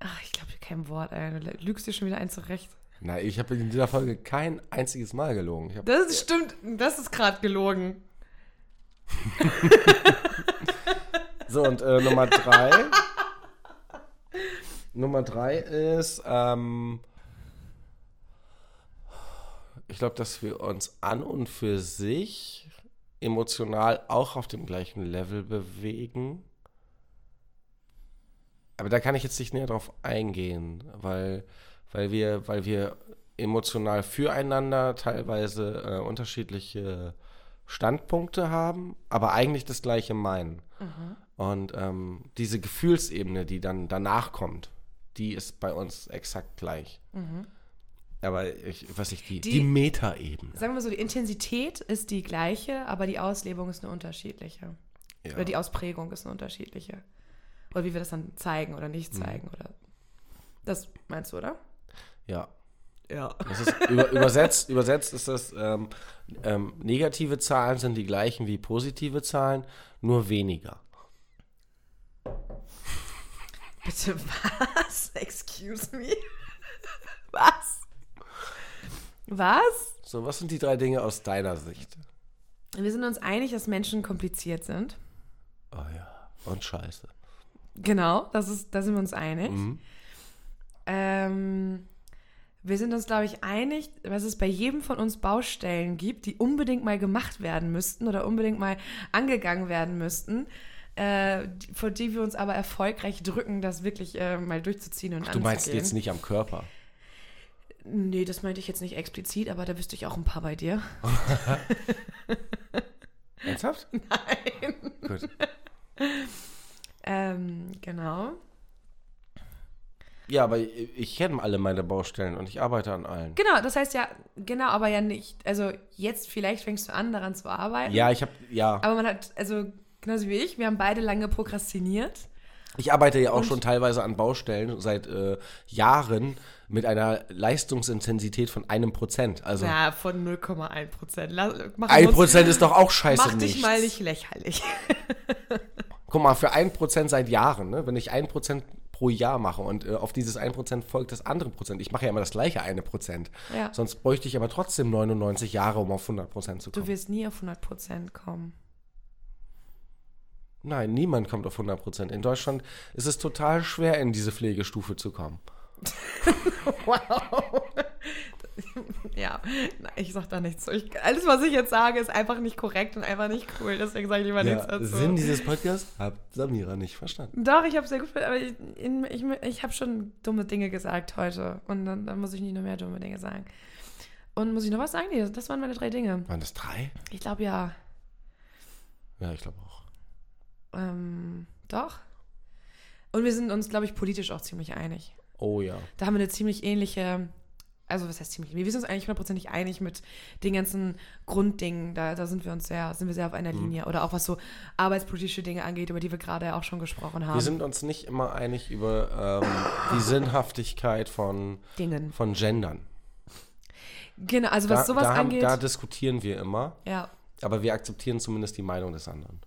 Speaker 3: Ach, ich glaube dir kein Wort, ey. Du lügst dir schon wieder eins zurecht.
Speaker 4: Nein, ich habe in dieser Folge kein einziges Mal gelogen. Ich hab,
Speaker 3: Das ist, stimmt, das ist gerade gelogen.
Speaker 4: so, und äh, Nummer drei. Nummer drei ist, ähm, ich glaube, dass wir uns an und für sich emotional auch auf dem gleichen Level bewegen. Aber da kann ich jetzt nicht näher drauf eingehen, weil, weil, wir, weil wir emotional füreinander teilweise äh, unterschiedliche Standpunkte haben, aber eigentlich das gleiche meinen. Und ähm, diese Gefühlsebene, die dann danach kommt, die ist bei uns exakt gleich. Aber ich, was ich, die,
Speaker 3: Die-
Speaker 4: die, Metaebene.
Speaker 3: Sagen wir so, die Intensität ist die gleiche, aber die Auslebung ist eine unterschiedliche.
Speaker 4: Ja.
Speaker 3: Oder die Ausprägung ist eine unterschiedliche. Oder wie wir das dann zeigen oder nicht zeigen. Oder das meinst du, oder?
Speaker 4: ja.
Speaker 3: Ja.
Speaker 4: Das ist über, übersetzt, übersetzt ist das, ähm, ähm, negative Zahlen sind die gleichen wie positive Zahlen, nur weniger.
Speaker 3: Bitte was? Excuse me? Was? Was?
Speaker 4: So, was sind die drei Dinge aus deiner Sicht?
Speaker 3: Wir sind uns einig, dass Menschen kompliziert sind.
Speaker 4: Oh ja. Und scheiße.
Speaker 3: Genau, das ist, da sind wir uns einig.
Speaker 4: Mhm.
Speaker 3: Ähm, wir sind uns, glaube ich, einig, dass es bei jedem von uns Baustellen gibt, die unbedingt mal gemacht werden müssten oder unbedingt mal angegangen werden müssten, äh, die- vor die wir uns aber erfolgreich drücken, das wirklich äh, mal durchzuziehen und
Speaker 4: Du meinst
Speaker 3: anzugehen.
Speaker 4: jetzt nicht am Körper.
Speaker 3: Nee, das meinte ich jetzt nicht explizit, aber da wüsste ich auch ein paar bei dir.
Speaker 4: Ernsthaft? Nein. Gut.
Speaker 3: Ähm, genau.
Speaker 4: Ja, aber ich, ich kenne alle meine Baustellen und ich arbeite an allen.
Speaker 3: Genau, das heißt ja, genau, aber ja nicht, also jetzt vielleicht fängst du an, daran zu arbeiten.
Speaker 4: Ja, ich habe ja,
Speaker 3: Aber man hat, also genauso wie ich, wir haben beide lange prokrastiniert.
Speaker 4: ich arbeite ja auch
Speaker 3: Und-
Speaker 4: schon teilweise an Baustellen seit äh, Jahren mit einer Leistungsintensität von einem Prozent. Also
Speaker 3: Ja, von 0,1 Prozent.
Speaker 4: ein Prozent ist doch auch scheiße.
Speaker 3: Mach dich
Speaker 4: nichts.
Speaker 3: mal nicht lächerlich.
Speaker 4: Guck mal, für 1% seit Jahren, ne? wenn ich 1% pro Jahr mache und äh, auf dieses 1% folgt das andere Prozent. Ich mache ja immer das gleiche 1%.
Speaker 3: Ja.
Speaker 4: Sonst bräuchte ich aber trotzdem 99 Jahre, um auf 100% zu
Speaker 3: Du
Speaker 4: kommen.
Speaker 3: wirst nie auf 100 Prozent kommen.
Speaker 4: Nein, niemand kommt auf 100%. In Deutschland ist es total schwer, in diese Pflegestufe zu kommen.
Speaker 3: Wow. ja, na, ich sag da nichts zu. Ich, alles, was ich jetzt sage, ist einfach nicht korrekt und einfach nicht cool. Deswegen sage ich lieber nichts dazu.
Speaker 4: Sinn dieses Podcasts hat Samira nicht verstanden.
Speaker 3: Doch, ich habe sehr gut, aber ich, in- ich, ich habe schon dumme Dinge gesagt heute. Und dann, dann muss ich nicht noch mehr dumme Dinge sagen. Und muss ich noch was sagen? Nee, das waren meine drei Dinge.
Speaker 4: Waren das drei?
Speaker 3: Ich glaube ja.
Speaker 4: Ja, ich glaube auch.
Speaker 3: Ähm, doch. Und wir sind uns, glaube ich, politisch auch ziemlich einig.
Speaker 4: Oh ja.
Speaker 3: Da haben wir eine ziemlich ähnliche, also was heißt ziemlich, wir sind uns eigentlich hundertprozentig einig mit den ganzen Grunddingen. Da, da sind wir uns sehr, sind wir sehr auf einer
Speaker 4: Mhm.
Speaker 3: Linie. Oder auch was so arbeitspolitische Dinge angeht, über die wir gerade ja auch schon gesprochen haben.
Speaker 4: Wir sind uns nicht immer einig über ähm, die Sinnhaftigkeit von,
Speaker 3: Dingen.
Speaker 4: von Gendern.
Speaker 3: Genau, also was
Speaker 4: da,
Speaker 3: sowas
Speaker 4: da, haben-
Speaker 3: angeht.
Speaker 4: Da diskutieren wir immer,
Speaker 3: ja.
Speaker 4: aber wir akzeptieren zumindest die Meinung des anderen.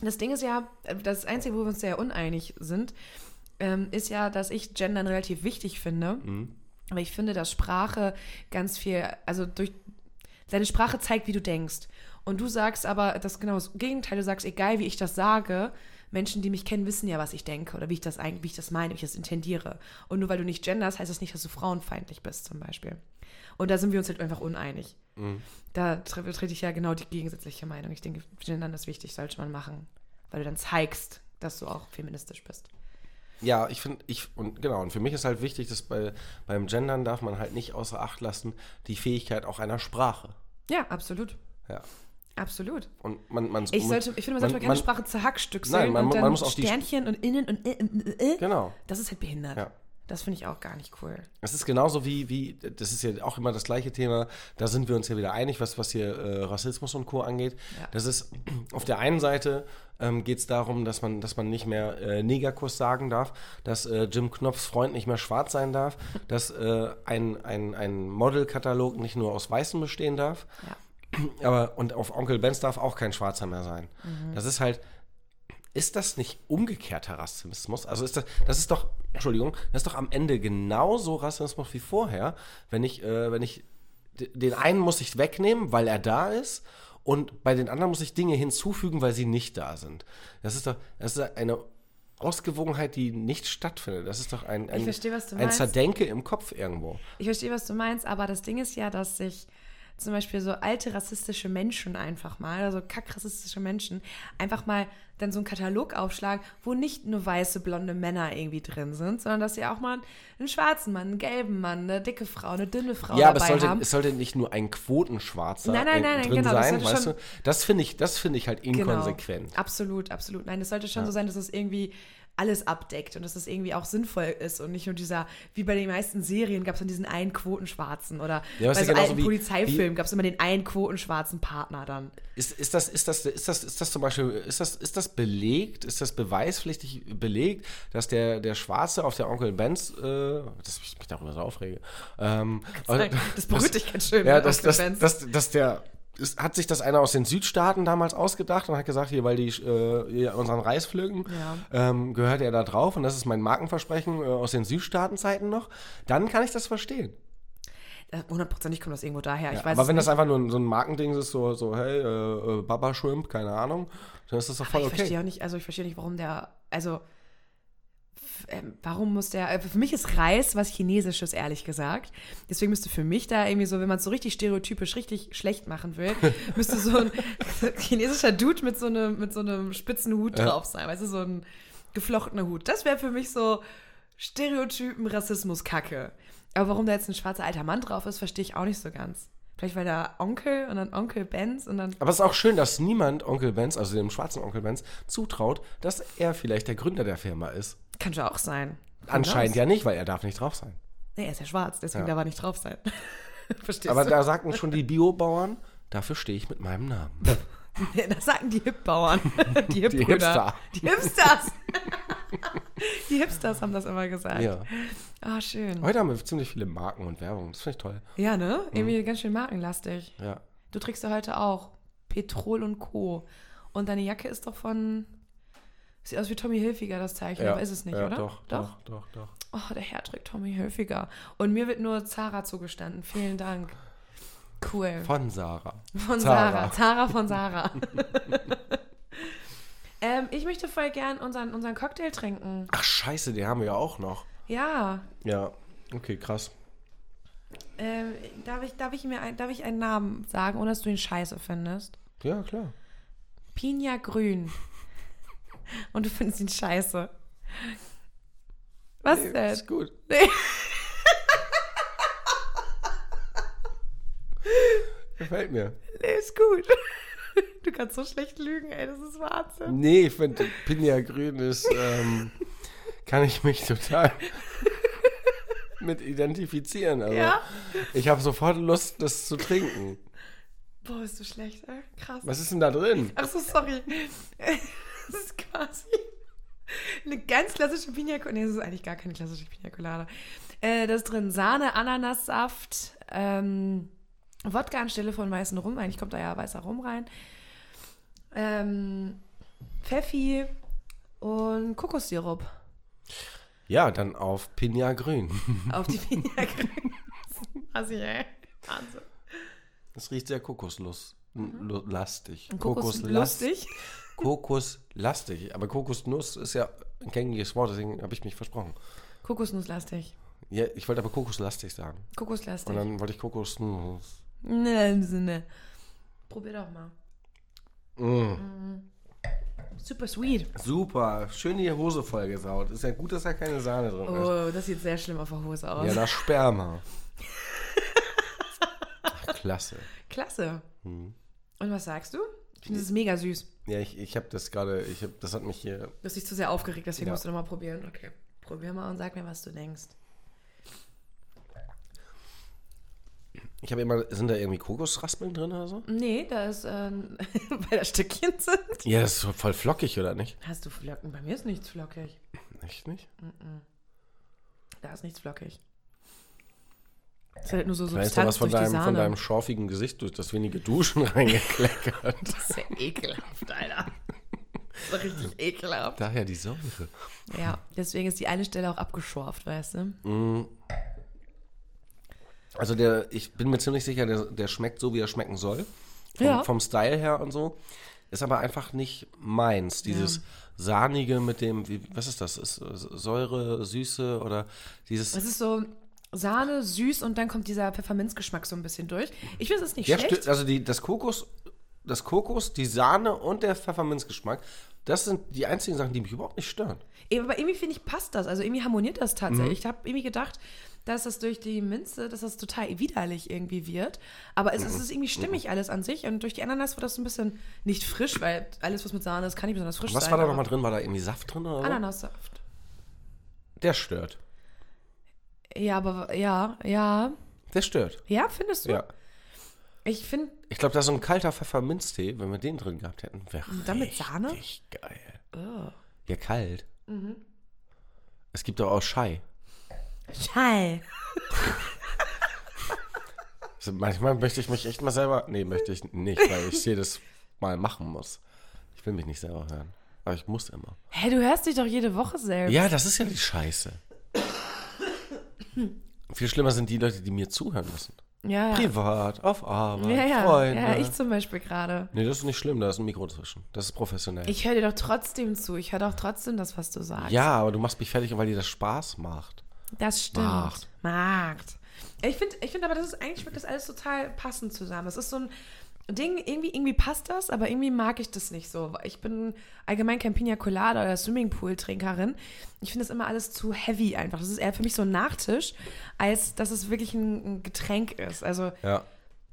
Speaker 3: Das Ding ist ja, äh, das Einzige, wo wir uns sehr uneinig sind, ähm, ist ja, dass ich Gendern relativ wichtig finde. Aber ich finde, dass Sprache ganz viel, also durch deine Sprache zeigt, wie du denkst. Und du sagst aber das genau das Gegenteil. Du sagst, egal wie ich das sage, Menschen, die mich kennen, wissen ja, was ich denke oder wie ich das eigentlich, wie ich das meine, wie ich das intendiere. Und nur weil du nicht genders, heißt das nicht, dass du frauenfeindlich bist, zum Beispiel. Und da sind wir uns halt einfach uneinig. Da tre vertrete ich ja genau die gegensätzliche Meinung. Ich denke, gendern ist wichtig, sollte man machen. Weil du dann zeigst, dass du auch feministisch bist.
Speaker 4: Ja, ich finde, ich, und genau, und für mich ist halt wichtig, dass bei, beim Gendern darf man halt nicht außer Acht lassen, die Fähigkeit auch einer Sprache.
Speaker 3: Ja, absolut.
Speaker 4: Ja.
Speaker 3: Absolut.
Speaker 4: Und man, man
Speaker 3: Ich, sollte, ich finde, man sollte keine Sprache zerhackstückseln
Speaker 4: Nein, man mu-
Speaker 3: und dann
Speaker 4: man muss auch die-
Speaker 3: Sternchen und innen und äh, äh, äh, äh.
Speaker 4: Genau.
Speaker 3: Das ist halt behindert.
Speaker 4: Ja.
Speaker 3: Das finde ich auch gar nicht cool.
Speaker 4: Es ist genauso wie, wie, das ist ja auch immer das gleiche Thema, da sind wir uns ja wieder einig, was, was hier äh, Rassismus und Co. angeht.
Speaker 3: Ja.
Speaker 4: Das ist, auf der einen Seite ähm, geht es darum, dass man, dass man nicht mehr äh, Negerkuss sagen darf, dass äh, Jim Knopfs Freund nicht mehr schwarz sein darf, dass äh, ein, ein, ein Modelkatalog nicht nur aus Weißen bestehen darf.
Speaker 3: Ja.
Speaker 4: Aber und auf Onkel Benz darf auch kein Schwarzer mehr sein.
Speaker 3: Mhm.
Speaker 4: Das ist halt. Ist das nicht umgekehrter Rassismus? Also ist das, das ist doch, Entschuldigung, das ist doch am Ende genauso Rassismus wie vorher, wenn ich, äh, wenn ich, d- den einen muss ich wegnehmen, weil er da ist und bei den anderen muss ich Dinge hinzufügen, weil sie nicht da sind. Das ist doch, das ist eine Ausgewogenheit, die nicht stattfindet. Das ist doch ein, ein,
Speaker 3: verstehe, was du
Speaker 4: ein
Speaker 3: meinst.
Speaker 4: Zerdenke im Kopf irgendwo.
Speaker 3: Ich verstehe, was du meinst, aber das Ding ist ja, dass sich zum Beispiel so alte rassistische Menschen einfach mal, also kackrassistische Menschen, einfach mal dann so einen Katalog aufschlagen, wo nicht nur weiße, blonde Männer irgendwie drin sind, sondern dass sie auch mal einen schwarzen Mann, einen gelben Mann, eine dicke Frau, eine dünne Frau
Speaker 4: Ja, aber
Speaker 3: dabei
Speaker 4: es sollte,
Speaker 3: haben.
Speaker 4: es sollte nicht nur ein Quotenschwarzer
Speaker 3: Nein, nein,
Speaker 4: in-
Speaker 3: nein, nein,
Speaker 4: drin
Speaker 3: genau, das
Speaker 4: sein,
Speaker 3: sollte
Speaker 4: weißt
Speaker 3: schon-
Speaker 4: du? Das finde ich, das finde ich halt inkonsequent.
Speaker 3: Genau. Absolut, absolut. Nein, es sollte schon so sein, dass es irgendwie alles abdeckt und dass es irgendwie auch sinnvoll ist und nicht nur dieser, wie bei den meisten Serien gab es dann diesen einen Quotenschwarzen oder bei
Speaker 4: Ja, aber es ist
Speaker 3: so
Speaker 4: ja genauso
Speaker 3: alten
Speaker 4: wie-
Speaker 3: Polizeifilmen gab es immer den einen Quotenschwarzen Partner dann.
Speaker 4: Ist, ist, das, ist, das, ist, das, ist das zum Beispiel, ist das, ist das belegt, ist das beweispflichtig belegt, dass der, der Schwarze auf der Onkel Benz, äh, dass ich mich darüber so aufrege, ähm,
Speaker 3: Nein, das berührt dich ganz schön.
Speaker 4: Ja,
Speaker 3: mit
Speaker 4: dass,
Speaker 3: Onkel
Speaker 4: dass,
Speaker 3: Benz.
Speaker 4: dass, dass der. Ist, hat sich das einer aus den Südstaaten damals ausgedacht und hat gesagt, hier, weil die äh, hier unseren Reis pflücken, ähm, gehört er da drauf und das ist mein Markenversprechen äh, aus den Südstaatenzeiten noch, dann kann ich das verstehen.
Speaker 3: Äh, Hundertprozentig kommt das irgendwo daher. ich weiß
Speaker 4: Aber
Speaker 3: es
Speaker 4: wenn
Speaker 3: nicht.
Speaker 4: das einfach nur ein- so ein Markending ist, so, so hey, äh, äh, Baba Shrimp, keine Ahnung, dann ist das doch voll
Speaker 3: ich verstehe
Speaker 4: okay.
Speaker 3: auch nicht, also ich verstehe nicht, warum der, also f- ähm, warum muss der, äh, für mich ist Reis was Chinesisches, ehrlich gesagt. Deswegen müsste für mich da irgendwie so, wenn man es so richtig stereotypisch, richtig schlecht machen will, müsste so ein chinesischer Dude mit so einem, mit so einem spitzen Hut drauf sein, weißt du, so ein geflochtener Hut. Das wäre für mich so Stereotypen, Rassismus, Kacke. Aber warum da jetzt ein schwarzer alter Mann drauf ist, verstehe ich auch nicht so ganz. Vielleicht weil da Onkel und dann Onkel Benz und dann
Speaker 4: Aber es ist auch schön, dass niemand Onkel Benz, also dem schwarzen Onkel Benz, zutraut, dass er vielleicht der Gründer der Firma ist.
Speaker 3: kann schon auch sein. Who knows?
Speaker 4: Anscheinend ja nicht, weil er darf nicht drauf sein.
Speaker 3: Nee, er ist ja schwarz, deswegen
Speaker 4: Ja.
Speaker 3: darf er nicht drauf sein. Verstehst
Speaker 4: Aber
Speaker 3: du?
Speaker 4: da sagten schon die Biobauern, dafür stehe ich mit meinem Namen.
Speaker 3: das sagen die Hip-Bauern. Die Hip-Brüder. Die,
Speaker 4: Hipster.
Speaker 3: Hipsters. die Hipsters haben das immer gesagt.
Speaker 4: Ja.
Speaker 3: Ah, schön.
Speaker 4: Heute haben wir ziemlich viele Marken und Werbung. Das finde ich toll.
Speaker 3: Ja, ne?
Speaker 4: Mhm.
Speaker 3: Irgendwie ganz schön markenlastig.
Speaker 4: Ja.
Speaker 3: Du trägst ja heute auch Petrol und Co. Und deine Jacke ist doch von... Sieht aus wie Tommy Hilfiger, das Zeichen,
Speaker 4: ja.
Speaker 3: aber ist es nicht,
Speaker 4: ja,
Speaker 3: oder?
Speaker 4: Doch, doch, doch, doch.
Speaker 3: Oh, der Herr trägt Tommy Hilfiger. Und mir wird nur Zara zugestanden. Vielen Dank. Cool.
Speaker 4: Von Sarah.
Speaker 3: Von Sarah. Sarah von Sarah. ähm, ich möchte voll gern unseren, unseren Cocktail trinken.
Speaker 4: Ach scheiße, die haben wir ja auch noch.
Speaker 3: Ja.
Speaker 4: Ja. Okay, krass.
Speaker 3: Ähm, darf, ich, darf, ich mir ein, darf ich einen Namen sagen, ohne dass du ihn scheiße findest?
Speaker 4: Ja, klar.
Speaker 3: Pina Grün. Und du findest ihn scheiße. Was denn?
Speaker 4: Ist gut. Gefällt mir.
Speaker 3: Nee, ist gut. Du kannst so schlecht lügen, ey, das ist Wahnsinn.
Speaker 4: Nee, ich finde, Pinja Grün ist, ähm, kann ich mich total mit identifizieren. Also,
Speaker 3: Ja?
Speaker 4: Ich habe sofort Lust, das zu trinken.
Speaker 3: Boah, bist du schlecht, ey. Krass.
Speaker 4: Was ist denn da drin?
Speaker 3: Ach so, sorry. Das ist quasi eine ganz klassische Pina Colada. Nee, das ist eigentlich gar keine klassische Pina Colada. Äh, da ist drin Sahne, Ananassaft, ähm, Wodka anstelle von weißen Rum. Eigentlich kommt da ja weißer Rum rein. ähm, Pfeffi und Kokossirup
Speaker 4: Ja, dann auf Pinja Grün.
Speaker 3: auf die Finger kriegen. Also, ey. Wahnsinn.
Speaker 4: Es riecht sehr kokoslastig.
Speaker 3: Und Mhm. Kokos lustig.
Speaker 4: Kokoslastig. Aber Kokosnuss ist ja ein gängiges Wort, deswegen habe ich mich versprochen.
Speaker 3: Kokosnusslastig.
Speaker 4: Ja, ich wollte aber kokoslastig sagen.
Speaker 3: Kokoslastig.
Speaker 4: Und dann wollte ich Kokosnuss.
Speaker 3: Ne, im Sinne. Probier doch mal. Mhm. Super sweet.
Speaker 4: Mm. Super, schön die Hose vollgesaut. Ist ja gut, dass da keine Sahne drin ist.
Speaker 3: Oh, das sieht sehr schlimm auf der Hose aus.
Speaker 4: Ja, das Sperma. Ach, klasse.
Speaker 3: Klasse.
Speaker 4: Mhm.
Speaker 3: Und was sagst du? Ich finde es mega süß.
Speaker 4: Ja, ich, ich habe das gerade, ich hab, das hat mich hier.
Speaker 3: Du hast dich zu sehr aufgeregt, deswegen
Speaker 4: Ja.
Speaker 3: musst du nochmal probieren. Okay. Probier mal und sag mir, was du denkst.
Speaker 4: Ich habe immer, sind da irgendwie Kokosraspeln drin oder so?
Speaker 3: Nee, da ist, ähm, weil da Stückchen sind.
Speaker 4: Ja, das ist so voll flockig, oder nicht?
Speaker 3: Hast du Flocken? Bei mir ist nichts flockig.
Speaker 4: Echt nicht?
Speaker 3: Da ist nichts flockig. Es ist halt nur so
Speaker 4: Da ist da
Speaker 3: Substanz
Speaker 4: was von
Speaker 3: durch die
Speaker 4: deinem,
Speaker 3: Sahne.
Speaker 4: von deinem schorfigen Gesicht durch das wenige Duschen reingekleckert.
Speaker 3: Das ist ja ekelhaft, Alter. Das ist richtig ekelhaft.
Speaker 4: Daher die Säure.
Speaker 3: Ja, deswegen ist die eine Stelle auch abgeschorft, weißt du?
Speaker 4: Also der, ich bin mir ziemlich sicher, der, der schmeckt so, wie er schmecken soll. Vom,
Speaker 3: Ja.
Speaker 4: vom Style her und so. Ist aber einfach nicht meins. Dieses Sahnige mit dem, wie, was ist das? Ist, äh, Säure, Süße oder dieses.
Speaker 3: Es ist so Sahne, süß und dann kommt dieser Pfefferminzgeschmack so ein bisschen durch. Ich finde es ist nicht
Speaker 4: Ja,
Speaker 3: schlecht.
Speaker 4: sti- also die, das Kokos, das Kokos, die Sahne und der Pfefferminzgeschmack, das sind die einzigen Sachen, die mich überhaupt nicht stören.
Speaker 3: Eben, Aber irgendwie finde ich, passt das. Also irgendwie harmoniert das tatsächlich.
Speaker 4: Mhm.
Speaker 3: Ich habe irgendwie gedacht, dass das durch die Minze, dass das total widerlich irgendwie wird. Aber
Speaker 4: Mhm.
Speaker 3: es, es ist irgendwie stimmig alles an sich. Und durch die Ananas wird das so ein bisschen nicht frisch, weil alles, was mit Sahne ist, kann nicht besonders frisch
Speaker 4: Was
Speaker 3: sein.
Speaker 4: war da
Speaker 3: aber
Speaker 4: nochmal drin? War da irgendwie Saft drin oder so?
Speaker 3: Ananassaft.
Speaker 4: Der stört.
Speaker 3: Ja, aber ja, ja.
Speaker 4: Der stört.
Speaker 3: Ja, findest du?
Speaker 4: Ja.
Speaker 3: Ich finde,
Speaker 4: Ich glaube, da ist so ein kalter Pfefferminztee, wenn wir den drin gehabt hätten, wäre
Speaker 3: Und dann mit Sahne? Mhm.
Speaker 4: richtig geil. Ja, kalt. Es gibt doch auch Schei.
Speaker 3: Schall.
Speaker 4: Also manchmal möchte ich mich echt mal selber. Nee, möchte ich nicht, weil ich jedes Mal machen muss. Ich will mich nicht selber hören. Aber ich muss immer.
Speaker 3: Hä, du hörst dich doch jede Woche selbst.
Speaker 4: Ja, das ist ja die Scheiße. Viel schlimmer sind die Leute, die mir zuhören müssen.
Speaker 3: ja. Ja,
Speaker 4: Privat, auf Arbeit,
Speaker 3: ja. ja.
Speaker 4: Freunde.
Speaker 3: ja ich zum Beispiel gerade.
Speaker 4: nee, das ist nicht schlimm, da ist ein Mikro zwischen. Das ist professionell.
Speaker 3: Ich höre dir doch trotzdem zu. Ich höre doch trotzdem das, was du sagst.
Speaker 4: ja, aber du machst mich fertig, weil dir das Spaß macht.
Speaker 3: Das stimmt.
Speaker 4: Markt.
Speaker 3: Markt. Ich finde ich find aber, das ist eigentlich schmeckt das alles total passend zusammen. Es ist so ein Ding, irgendwie, irgendwie passt das, aber irgendwie mag ich das nicht so. Ich bin allgemein kein Pina Colada oder Swimmingpool-Trinkerin. Ich finde das immer alles zu heavy einfach. Das ist eher für mich so ein Nachtisch, als dass es wirklich ein ein Getränk ist. Also,
Speaker 4: Ja.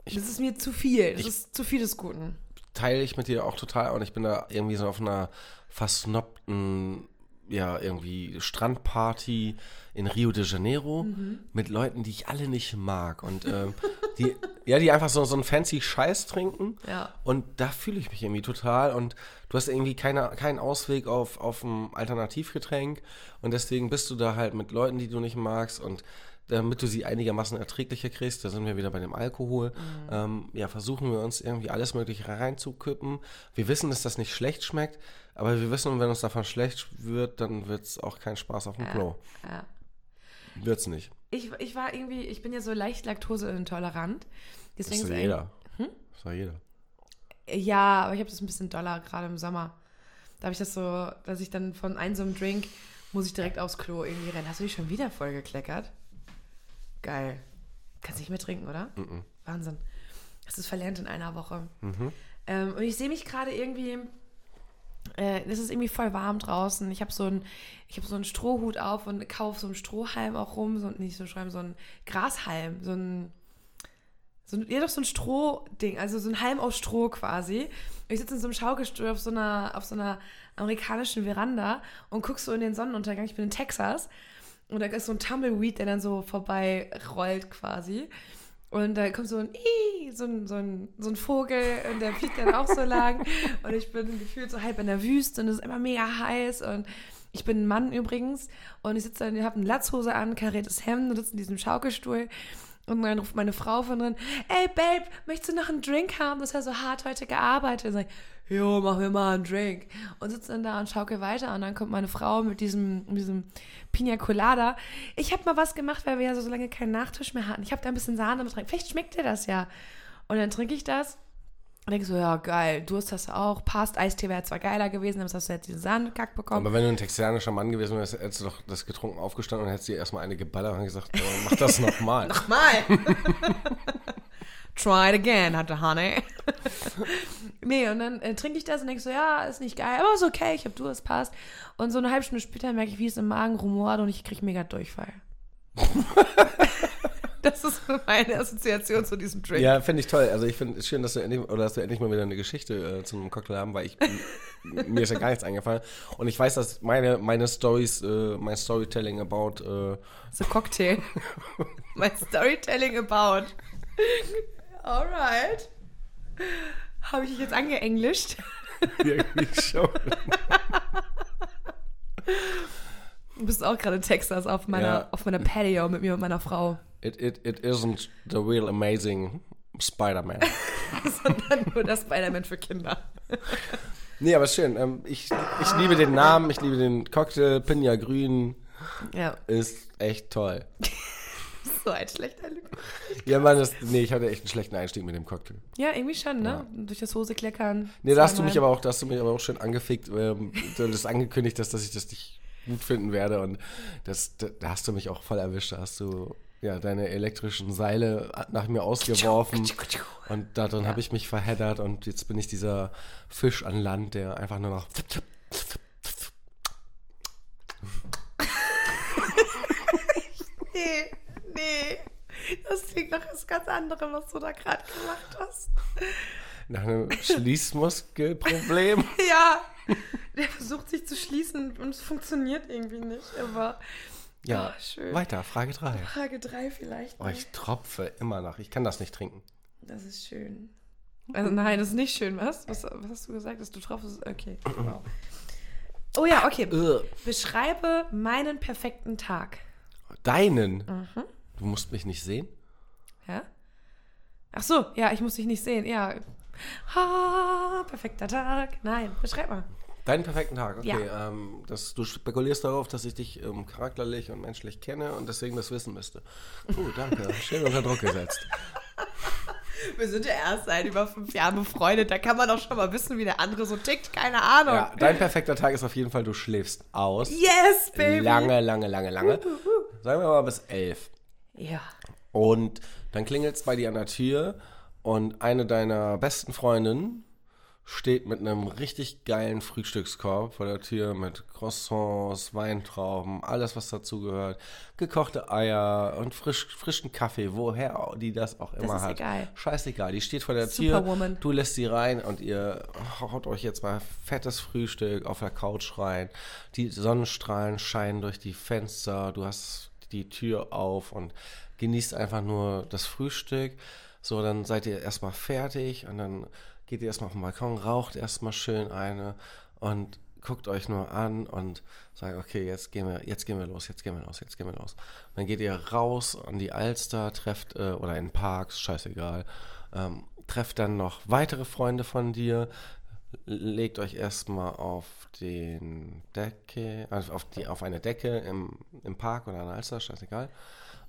Speaker 3: das ist mir zu viel. Das
Speaker 4: ich-
Speaker 3: ist zu viel des Guten.
Speaker 4: Teile ich mit dir auch total und ich bin da irgendwie so auf einer versnobten, ja, irgendwie Strandparty in Rio de Janeiro
Speaker 3: Mhm.
Speaker 4: mit Leuten, die ich alle nicht mag. Und ähm, die, ja, die einfach so, so einen fancy Scheiß trinken.
Speaker 3: Ja.
Speaker 4: Und da fühle ich mich irgendwie total. Und du hast irgendwie keine, keinen Ausweg auf, auf ein Alternativgetränk. Und deswegen bist du da halt mit Leuten, die du nicht magst. Und damit du sie einigermaßen erträglicher kriegst, da sind wir wieder bei dem Alkohol, ähm, ja, versuchen wir uns irgendwie alles Mögliche reinzukippen. Wir wissen, dass das nicht schlecht schmeckt, aber wir wissen, wenn uns davon schlecht wird, dann wird es auch kein Spaß auf dem Klo.
Speaker 3: Ja.
Speaker 4: Wird's nicht.
Speaker 3: Ich, ich war irgendwie, ich bin ja so leicht laktoseintolerant.
Speaker 4: Das
Speaker 3: Deswegen ist
Speaker 4: ist ja
Speaker 3: eigentlich-
Speaker 4: jeder. Das ist ja jeder.
Speaker 3: Ja, aber ich habe das ein bisschen doller, gerade im Sommer. Da habe ich das so, dass ich dann von einem so einem Drink muss ich direkt aufs Klo irgendwie rennen. Hast du dich schon wieder vollgekleckert? Geil. Kannst nicht mehr trinken, oder? Wahnsinn. Das ist verlernt in einer Woche. Ähm, und ich sehe mich gerade irgendwie. Äh, es ist irgendwie voll warm draußen. Ich habe so, einen- ich hab so einen Strohhut auf und kaufe so einen Strohhalm auch rum. So, nicht so schreiben, so einen Grashalm. So einen so ein, ja, doch so ein Strohding, also so ein Halm aus Stroh quasi. Ich sitze in so einem Schaukelstuhl auf so einer, auf so einer amerikanischen Veranda und guck so in den Sonnenuntergang. Ich bin in Texas und da ist so ein Tumbleweed, der dann so vorbei rollt quasi. Und da kommt so ein, Ii, so ein, so ein, so ein Vogel und der fliegt dann auch so lang. Und ich bin gefühlt so halb in der Wüste und es ist immer mega heiß. Und ich bin ein Mann übrigens. Und ich sitze dann, ich habe eine Latzhose an, kariertes Hemd und sitze in diesem Schaukelstuhl. Und dann ruft meine Frau von drin, ey Babe, möchtest du noch einen Drink haben? Das war so hart heute gearbeitet. Und sag ich, jo, mach mir mal einen Drink. Und sitze dann da und schaukel weiter. Und dann kommt meine Frau mit diesem, mit diesem Pina Colada. Ich habe mal was gemacht, weil wir ja so lange keinen Nachtisch mehr hatten. Ich habe da ein bisschen Sahne mit rein. Vielleicht schmeckt dir das ja. Und dann trinke ich das. Und denke so, ja, geil, Durst hast du auch, passt, Eistee wäre zwar geiler gewesen, aber jetzt hast du jetzt diesen Sahnekack bekommen.
Speaker 4: Aber wenn du ein texanischer Mann gewesen wärst, hättest du doch das getrunken aufgestanden und hättest dir erstmal eine geballert und gesagt, oh, mach das nochmal.
Speaker 3: Mal. Try it again, hatte Honey. nee, und dann äh, trinke ich das und denke so, ja, ist nicht geil, aber ist okay, ich hab du, es passt. Und so eine halbe Stunde später merke ich, wie es im Magen rumort und ich krieg mega Durchfall. das ist meine Assoziation zu diesem Drink.
Speaker 4: Ja, finde ich toll. Also ich finde es schön, dass du endlich, oder dass du endlich mal wieder eine Geschichte äh, zum Cocktail haben, weil ich mir ist ja gar nichts eingefallen. Und ich weiß, dass meine meine Stories, äh, mein Storytelling about äh,
Speaker 3: So Cocktail. My Storytelling about. Alright. Habe ich dich jetzt angeenglischt?
Speaker 4: irgendwie schon.
Speaker 3: Du bist auch gerade in Texas auf meiner,
Speaker 4: Ja.
Speaker 3: auf meiner Patio mit mir und meiner Frau.
Speaker 4: It, it, it isn't the real amazing Spider-Man.
Speaker 3: Sondern nur das Spider-Man für Kinder.
Speaker 4: Nee, aber ist schön. Ähm, ich, ich liebe den Namen, ich liebe den Cocktail, Pinja Grün
Speaker 3: Ja,
Speaker 4: ist echt toll.
Speaker 3: so ein schlechter Lüge.
Speaker 4: Ja, Mann, das, nee, ich hatte echt einen schlechten Einstieg mit dem Cocktail.
Speaker 3: Ja, irgendwie schon, ne? Durch das Hose kleckern.
Speaker 4: Nee, da hast du
Speaker 3: zweimal.
Speaker 4: mich aber auch, da hast du mich aber auch schön angefickt. Ähm, du hattest angekündigt, dass, dass ich das nicht gut finden werde. Und das, da, da hast du mich auch voll erwischt. Da hast du ja deine elektrischen Seile nach mir ausgeworfen. Und darin habe ich mich verheddert und jetzt bin ich dieser Fisch an Land, der einfach nur noch.
Speaker 3: Nee, nee. Das klingt nach das ganz andere, was du da gerade gemacht hast.
Speaker 4: nach einem Schließmuskelproblem.
Speaker 3: Ja. Der versucht sich zu schließen und es funktioniert irgendwie nicht, aber.
Speaker 4: Ja,
Speaker 3: Ah, schön.
Speaker 4: weiter, Frage 3.
Speaker 3: Frage 3 vielleicht.
Speaker 4: Oh,
Speaker 3: ne?
Speaker 4: ich tropfe immer nach. Ich kann das nicht trinken.
Speaker 3: Das ist schön. Also nein, das ist nicht schön, was? Was, was hast du gesagt, dass du drauf bist? Okay. Wow. Oh ja, okay. Beschreibe meinen perfekten Tag.
Speaker 4: Deinen.
Speaker 3: Mhm.
Speaker 4: Du musst mich nicht sehen.
Speaker 3: Ja? Ach so, ja, ich muss dich nicht sehen. Ja. Ha, perfekter Tag. Nein, beschreib mal.
Speaker 4: Deinen perfekten Tag, okay.
Speaker 3: Ja.
Speaker 4: Ähm, das, du spekulierst darauf, dass ich dich ähm, charakterlich und menschlich kenne und deswegen das wissen müsste. Oh, danke. Schön unter Druck gesetzt.
Speaker 3: Wir sind ja erst seit über fünf Jahren befreundet. Da kann man doch schon mal wissen, wie der andere so tickt. Keine Ahnung.
Speaker 4: Ja, dein perfekter Tag ist auf jeden Fall, du schläfst aus.
Speaker 3: Yes, baby.
Speaker 4: Lange, lange, lange, lange. Sagen wir mal bis elf.
Speaker 3: Ja.
Speaker 4: Und dann klingelt es bei dir an der Tür und eine deiner besten Freundinnen steht mit einem richtig geilen Frühstückskorb vor der Tür mit Croissants, Weintrauben, alles was dazugehört, gekochte Eier und frisch, frischen Kaffee, woher die das auch immer
Speaker 3: ist
Speaker 4: hat.
Speaker 3: egal.
Speaker 4: Scheißegal, die steht vor der
Speaker 3: Superwoman.
Speaker 4: Tür, du lässt sie rein und ihr haut euch jetzt mal fettes Frühstück auf der Couch rein. Die Sonnenstrahlen scheinen durch die Fenster, du hast die Tür auf und genießt einfach nur das Frühstück. So, dann seid ihr erstmal fertig und dann geht ihr erstmal auf den Balkon, raucht erstmal schön eine und guckt euch nur an und sagt, okay, jetzt gehen wir, jetzt gehen wir los, jetzt gehen wir los, jetzt gehen wir los. Und dann geht ihr raus an die Alster, trefft, äh, oder in Parks, scheißegal, ähm, trefft dann noch weitere Freunde von dir, legt euch erstmal auf den Decke, also auf, die, auf eine Decke im, im Park oder an der Alster, scheißegal.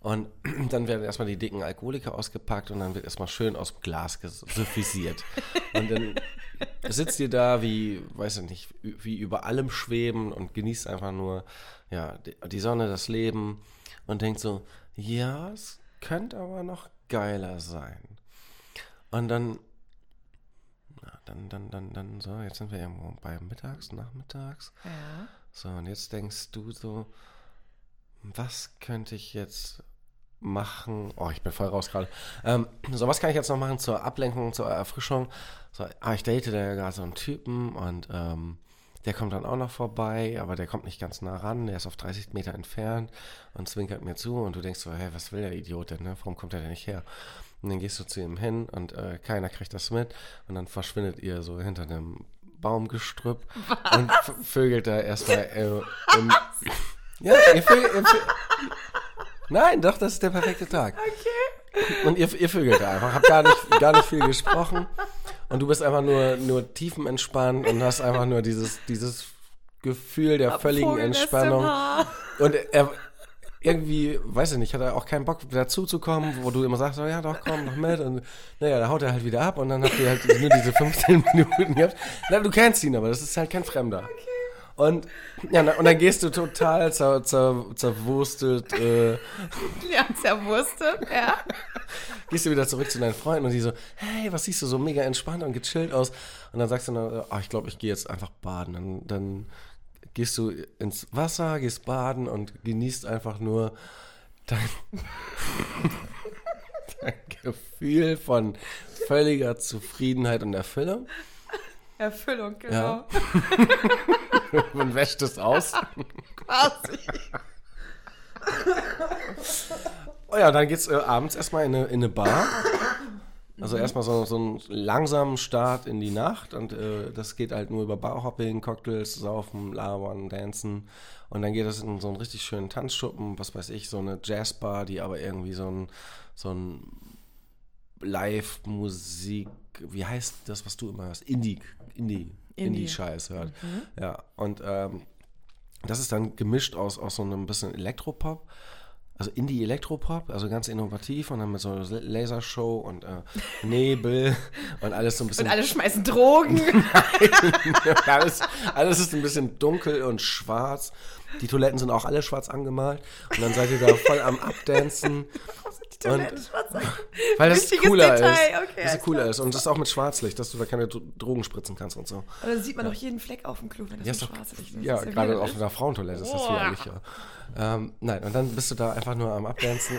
Speaker 4: Und dann werden erstmal die dicken Alkoholiker ausgepackt und dann wird erstmal schön aus dem Glas gesuffisiert. und dann sitzt ihr da wie, weiß ich nicht, ü- wie über allem schweben und genießt einfach nur ja, die, die Sonne, das Leben und denkt so, ja, es könnte aber noch geiler sein. Und dann, na, dann, dann, dann, dann, so, jetzt sind wir irgendwo bei mittags, nachmittags.
Speaker 3: Ja.
Speaker 4: So, und jetzt denkst du so, was könnte ich jetzt machen? Oh, ich bin voll raus gerade. Ähm, so, was kann ich jetzt noch machen zur Ablenkung, zur Erfrischung? So, ah, ich date da ja gerade so einen Typen und ähm, der kommt dann auch noch vorbei, aber der kommt nicht ganz nah ran, der ist auf 30 Meter entfernt und zwinkert mir zu und du denkst so, hey, was will der Idiot denn, ne? Warum kommt er denn nicht her? Und dann gehst du zu ihm hin und äh, keiner kriegt das mit und dann verschwindet ihr so hinter einem Baumgestrüpp und v- vögelt da erstmal äh, im, ja, ihr vögelt, ihr vö- Nein, doch, das ist der perfekte Tag. Okay. Und ihr, ihr vögelt da einfach, habt gar nicht, gar nicht viel gesprochen. Und du bist einfach nur, nur tiefenentspannt und hast einfach nur dieses, dieses Gefühl der völligen
Speaker 3: Vogel ist im
Speaker 4: Entspannung.
Speaker 3: Haar.
Speaker 4: Und er irgendwie, weiß ich nicht, hat er auch keinen Bock dazu zu kommen, wo du immer sagst, oh ja, doch, komm, doch mit. Und naja, da haut er halt wieder ab und dann habt ihr halt nur diese 15 Minuten gehabt. Na, du kennst ihn, aber das ist halt kein Fremder. Und, ja, na, und dann gehst du total zer, zer, zerwurstet, äh,
Speaker 3: Ja, zerwurste, ja.
Speaker 4: gehst du wieder zurück zu deinen Freunden und die so, hey, was siehst du so mega entspannt und gechillt aus? Und dann sagst du, dann, oh, ich glaube, ich gehe jetzt einfach baden. Dann, dann gehst du ins Wasser, gehst baden und genießt einfach nur dein, dein Gefühl von völliger Zufriedenheit und Erfüllung
Speaker 3: Erfüllung, genau.
Speaker 4: und wäscht es aus.
Speaker 3: Quasi.
Speaker 4: Oh ja, dann geht's äh, abends erstmal in eine, in eine Bar. Also erstmal so, so einen langsamen Start in die Nacht und äh, das geht halt nur über Barhopping, Cocktails, Saufen, Labern, Dancen und dann geht das in so einen richtig schönen Tanzschuppen, was weiß ich, so eine Jazzbar, die aber irgendwie so ein, so ein Live-Musik, wie heißt das, was du immer hörst? Indie, Indie, Indie-Scheiß hört. Ja, und ähm, das ist dann gemischt aus, aus so einem bisschen Elektropop. Also Indie-Elektropop, also ganz innovativ und dann mit so einer Lasershow und äh, Nebel und alles so ein bisschen.
Speaker 3: Und alle schmeißen Drogen.
Speaker 4: alles, alles ist ein bisschen dunkel und schwarz. Die Toiletten sind auch alle schwarz angemalt. Und dann seid ihr da voll am Abdancen.
Speaker 3: Die Toiletten schwarz angemalt.
Speaker 4: Weil das
Speaker 3: Wichtiges
Speaker 4: cooler
Speaker 3: Detail,
Speaker 4: ist.
Speaker 3: okay,
Speaker 4: das
Speaker 3: alles
Speaker 4: ist cooler ist. Und das ist auch mit Schwarzlicht, dass du da keine Dro- Drogen spritzen kannst und so.
Speaker 3: Und dann sieht man auch jeden Fleck auf dem Klo, wenn das
Speaker 4: Ja,
Speaker 3: mit
Speaker 4: ist doch,
Speaker 3: schwarz ist.
Speaker 4: ja,
Speaker 3: Das ist
Speaker 4: gerade
Speaker 3: widerlich.
Speaker 4: auf einer Frauentoilette ist das
Speaker 3: Boah.
Speaker 4: widerlich, ja. Ähm, nein, und dann bist du da einfach nur am Abdancen.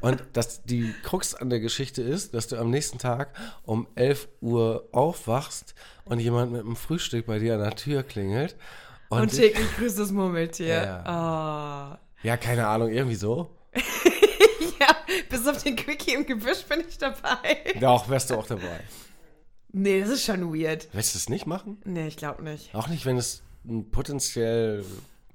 Speaker 4: und das, die Krux an der Geschichte ist, dass du am nächsten Tag um 11 Uhr aufwachst und jemand mit einem Frühstück bei dir an der Tür klingelt. Und,
Speaker 3: Und
Speaker 4: dich-
Speaker 3: täglich grüßt das Murmeltier. Ja.
Speaker 4: Ja, keine Ahnung, irgendwie so.
Speaker 3: Oh. ja, bis auf den Quickie im Gebüsch bin ich dabei.
Speaker 4: Doch, wärst du auch dabei.
Speaker 3: Nee, das ist schon weird.
Speaker 4: Willst du es nicht machen?
Speaker 3: Nee, ich glaube nicht.
Speaker 4: Auch nicht, wenn es mm, potenziell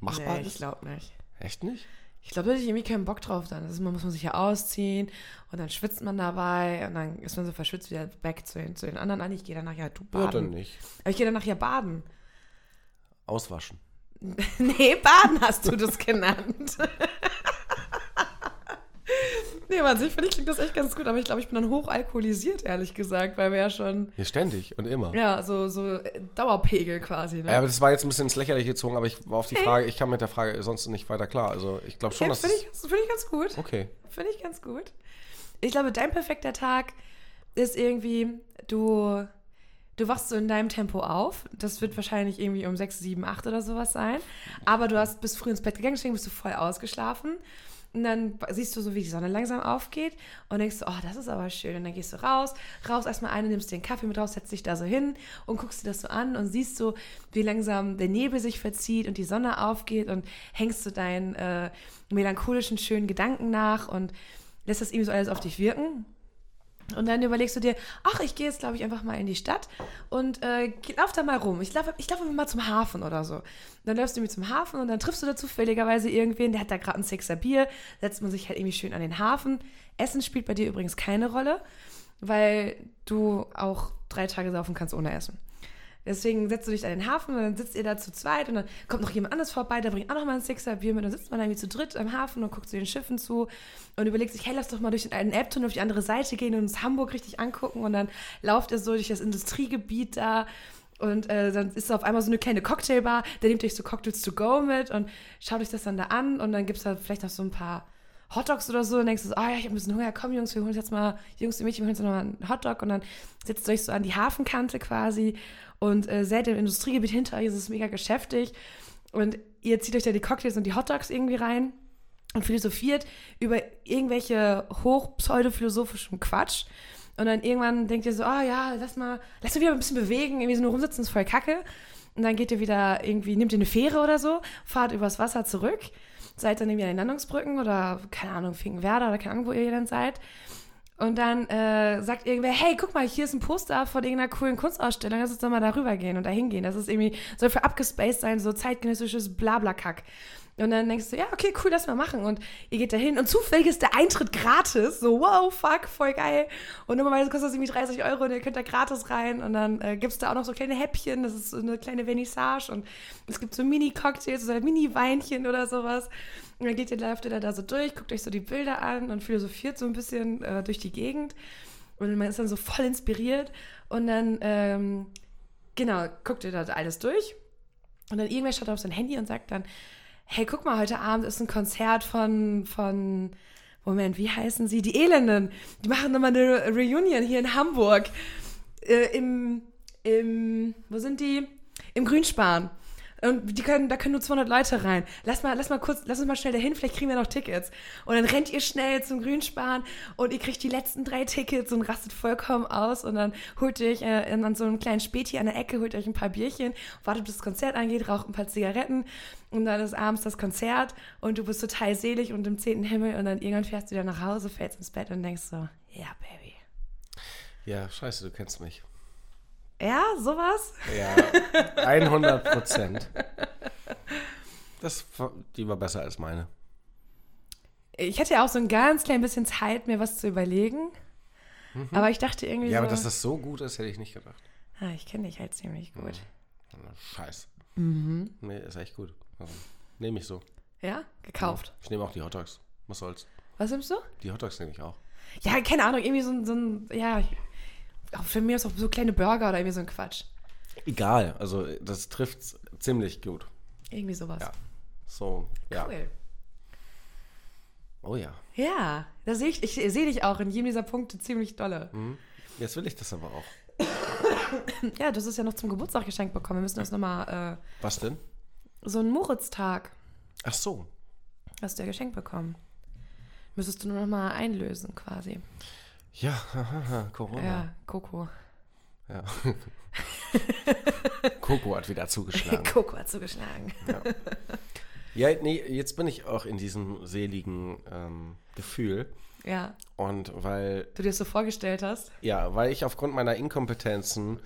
Speaker 4: machbar
Speaker 3: Nee, ich
Speaker 4: ist?
Speaker 3: glaube nicht.
Speaker 4: Echt nicht?
Speaker 3: Ich glaube, da hätte ich irgendwie keinen Bock drauf dann. Das ist, man muss man sich ja ausziehen und dann schwitzt man dabei und dann ist man so verschwitzt wieder weg zu den, zu den anderen. Nein, ich gehe danach ja du baden.
Speaker 4: Ja, dann nicht.
Speaker 3: Aber ich gehe danach ja baden.
Speaker 4: Auswaschen.
Speaker 3: Nee, baden hast du das genannt. nee, Mann, ich finde, klingt das echt ganz gut, aber ich glaube, ich bin dann hochalkoholisiert, ehrlich gesagt, weil wir ja schon,
Speaker 4: Ja, ständig und immer.
Speaker 3: ja, so, so äh, Dauerpegel quasi, ne?
Speaker 4: Ja, aber das war jetzt ein bisschen ins Lächerliche gezogen, aber ich war auf die Frage, ich kam mit der Frage sonst nicht weiter klar. Also ich glaube schon,
Speaker 3: Ja,
Speaker 4: dass
Speaker 3: finde ich,
Speaker 4: es,
Speaker 3: find ich ganz gut.
Speaker 4: Okay.
Speaker 3: Finde ich ganz gut. Ich glaube, dein perfekter Tag ist irgendwie, du, du wachst so in deinem Tempo auf. Das wird wahrscheinlich irgendwie um 6, 7, 8 oder sowas sein. Aber du hast bis früh ins Bett gegangen, deswegen bist du voll ausgeschlafen. Und dann siehst du so, wie die Sonne langsam aufgeht und denkst so, oh, das ist aber schön. Und dann gehst du raus, raus erstmal eine, nimmst dir einen Kaffee mit raus, setzt dich da so hin und guckst dir das so an und siehst so, wie langsam der Nebel sich verzieht und die Sonne aufgeht und hängst du deinen äh, melancholischen, schönen Gedanken nach und lässt das irgendwie so alles auf dich wirken. Und dann überlegst du dir, ach, ich gehe jetzt, glaube ich, einfach mal in die Stadt und äh, geh- lauf da mal rum. Ich laufe ich lauf einfach mal zum Hafen oder so. Und dann läufst du irgendwie zum Hafen und dann triffst du da zufälligerweise irgendwen, der hat da gerade ein Sixer Bier, setzt man sich halt irgendwie schön an den Hafen. Essen spielt bei dir übrigens keine Rolle, weil du auch drei Tage saufen kannst ohne Essen. Deswegen setzt du dich an den Hafen und dann sitzt ihr da zu zweit und dann kommt noch jemand anderes vorbei, der bringt auch nochmal ein Sixer Bier mit. Dann sitzt man da irgendwie zu dritt am Hafen und guckt zu den Schiffen zu und überlegt sich, hey, lass doch mal durch den alten Elbtunnel auf die andere Seite gehen und uns Hamburg richtig angucken. Und dann lauft ihr so durch das Industriegebiet da und äh, dann ist da auf einmal so eine kleine Cocktailbar. Da nehmt ihr euch so Cocktails to go mit und schaut euch das dann da an und dann gibt es da vielleicht noch so ein paar Hotdogs oder so und denkst du so, ah ja, ich habe ein bisschen Hunger, komm Jungs, wir holen uns jetzt mal, Jungs und Mädchen, wir holen uns noch mal einen Hotdog und dann setzt ihr euch so an die Hafenkante quasi und äh, seht im Industriegebiet hinter euch, es ist mega geschäftig und ihr zieht euch da die Cocktails und die Hotdogs irgendwie rein und philosophiert über irgendwelche hochpseudophilosophischen Quatsch. Und dann irgendwann denkt ihr so, ah ja, lass mal, lass mal wieder ein bisschen bewegen, irgendwie so nur rumsitzen ist voll kacke. Und dann geht ihr wieder irgendwie, nehmt ihr eine Fähre oder so, fahrt übers Wasser zurück, seid dann irgendwie an den Landungsbrücken oder, keine Ahnung, Finkenwerder oder keine Ahnung, wo ihr dann seid. Und dann äh, sagt irgendwer, hey, guck mal, hier ist ein Poster von irgendeiner coolen Kunstausstellung, lass uns doch mal darüber gehen und da hingehen. Das ist irgendwie, soll für abgespaced sein, so zeitgenössisches Blablakack. Und dann denkst du, ja, okay, cool, lass mal machen. Und ihr geht da hin und zufällig ist der Eintritt gratis. So, wow, fuck, voll geil. Und normalerweise kostet das irgendwie 30 Euro und ihr könnt da gratis rein. Und dann äh, gibt es da auch noch so kleine Häppchen, das ist so eine kleine Vernissage. Und es gibt so Mini-Cocktails oder Mini-Weinchen oder sowas. Und dann geht ihr, läuft ihr da, da so durch, guckt euch so die Bilder an und philosophiert so ein bisschen äh, durch die Gegend. Und man ist dann so voll inspiriert. Und dann, ähm, genau, guckt ihr da alles durch. Und dann irgendwer schaut auf sein Handy und sagt dann, hey, guck mal, heute Abend ist ein Konzert von, von, Moment, wie heißen sie? Die Elenden. Die machen nochmal eine Reunion hier in Hamburg. Äh, Im, im, wo sind die? Im Grünspan. Und die können, da können nur 200 Leute rein. Lass mal, lass mal kurz, lass uns mal schnell dahin, vielleicht kriegen wir noch Tickets. Und dann rennt ihr schnell zum Grünspan und ihr kriegt die letzten drei Tickets und rastet vollkommen aus und dann holt ihr euch äh, in- an so einem kleinen Späti an der Ecke, holt euch ein paar Bierchen, wartet bis das Konzert angeht, raucht ein paar Zigaretten und dann ist abends das Konzert und du bist total selig und im zehnten Himmel und dann irgendwann fährst du wieder nach Hause, fällst ins Bett und denkst so, ja, Baby.
Speaker 4: Ja, scheiße, du kennst mich.
Speaker 3: Ja, sowas?
Speaker 4: Ja, 100 Prozent. Das, war- die war besser als meine.
Speaker 3: Ich hatte ja auch so ein ganz klein bisschen Zeit, mir was zu überlegen. Aber ich dachte irgendwie
Speaker 4: Mhm. Ja,
Speaker 3: so,
Speaker 4: aber dass das so gut ist, Mhm. hätte ich nicht gedacht.
Speaker 3: Ah, ich kenne dich halt ziemlich gut.
Speaker 4: Scheiß.
Speaker 3: Mhm.
Speaker 4: Nee, ist echt gut. Also, nehme ich so.
Speaker 3: Ja? Gekauft.
Speaker 4: Ich nehme auch die Hotdogs. Was soll's?
Speaker 3: Was nimmst du?
Speaker 4: Die Hotdogs nehme ich auch.
Speaker 3: Ja, keine Ahnung, irgendwie so ein, so ein ja, ich- auch für mich ist auch so kleine Burger oder irgendwie so ein Quatsch.
Speaker 4: Egal, also das trifft ziemlich gut.
Speaker 3: Irgendwie sowas.
Speaker 4: Ja. So, ja.
Speaker 3: Cool.
Speaker 4: Oh ja.
Speaker 3: Ja, da sehe ich, ich sehe dich auch in jedem dieser Punkte ziemlich dolle.
Speaker 4: Mhm. Jetzt will ich das aber auch.
Speaker 3: Ja, du hast es ja noch zum Geburtstag geschenkt bekommen. Wir müssen uns nochmal
Speaker 4: Was denn?
Speaker 3: äh, so einen Moritztag
Speaker 4: Ach so.
Speaker 3: hast du ja geschenkt bekommen. Müsstest du nur nochmal einlösen quasi.
Speaker 4: Ja, haha, Corona.
Speaker 3: Ja, Coco.
Speaker 4: Ja. Coco hat wieder zugeschlagen.
Speaker 3: Coco hat zugeschlagen.
Speaker 4: Ja, nee, jetzt bin ich auch in diesem seligen ähm, Gefühl.
Speaker 3: Ja,
Speaker 4: Und weil
Speaker 3: du dir das so vorgestellt hast.
Speaker 4: Ja, weil ich aufgrund meiner Inkompetenzen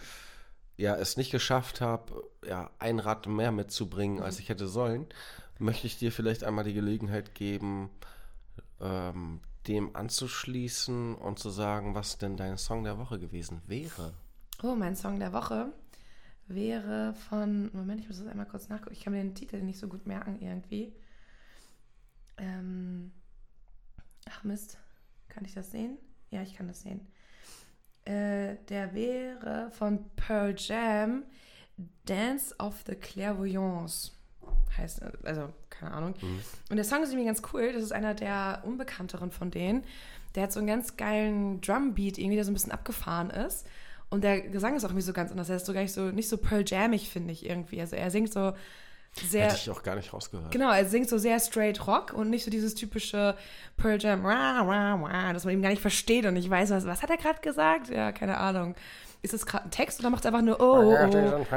Speaker 4: ja es nicht geschafft habe, ja, ein Rad mehr mitzubringen, als ich hätte sollen, möchte ich dir vielleicht einmal die Gelegenheit geben, ähm, dem anzuschließen und zu sagen, was denn dein Song der Woche gewesen wäre.
Speaker 3: Oh, mein Song der Woche wäre von. Moment, ich muss das einmal kurz nachgucken. Ich kann mir den Titel nicht so gut merken irgendwie. Ähm, ach Mist, kann ich das sehen? Ja, ich kann das sehen. Äh, der wäre von Pearl Jam Dance of the Clairvoyance. Heißt, also keine Ahnung.
Speaker 4: Mhm.
Speaker 3: Und der Song ist irgendwie ganz cool. Das ist einer der unbekannteren von denen. Der hat so einen ganz geilen Drumbeat, irgendwie, der so ein bisschen abgefahren ist. Und der Gesang ist auch irgendwie so ganz anders. Er ist so gar nicht so, nicht so Pearl Jammig, finde ich irgendwie. Also er singt so sehr.
Speaker 4: Hätte ich auch gar nicht rausgehört.
Speaker 3: Genau, er singt so sehr straight Rock und nicht so dieses typische Pearl Jam, wah, wah, wah, dass man ihm gar nicht versteht und nicht weiß, was, was hat er gerade gesagt? Ja, keine Ahnung. Ist das gerade ein Text oder macht er einfach nur, oh, oh, oh.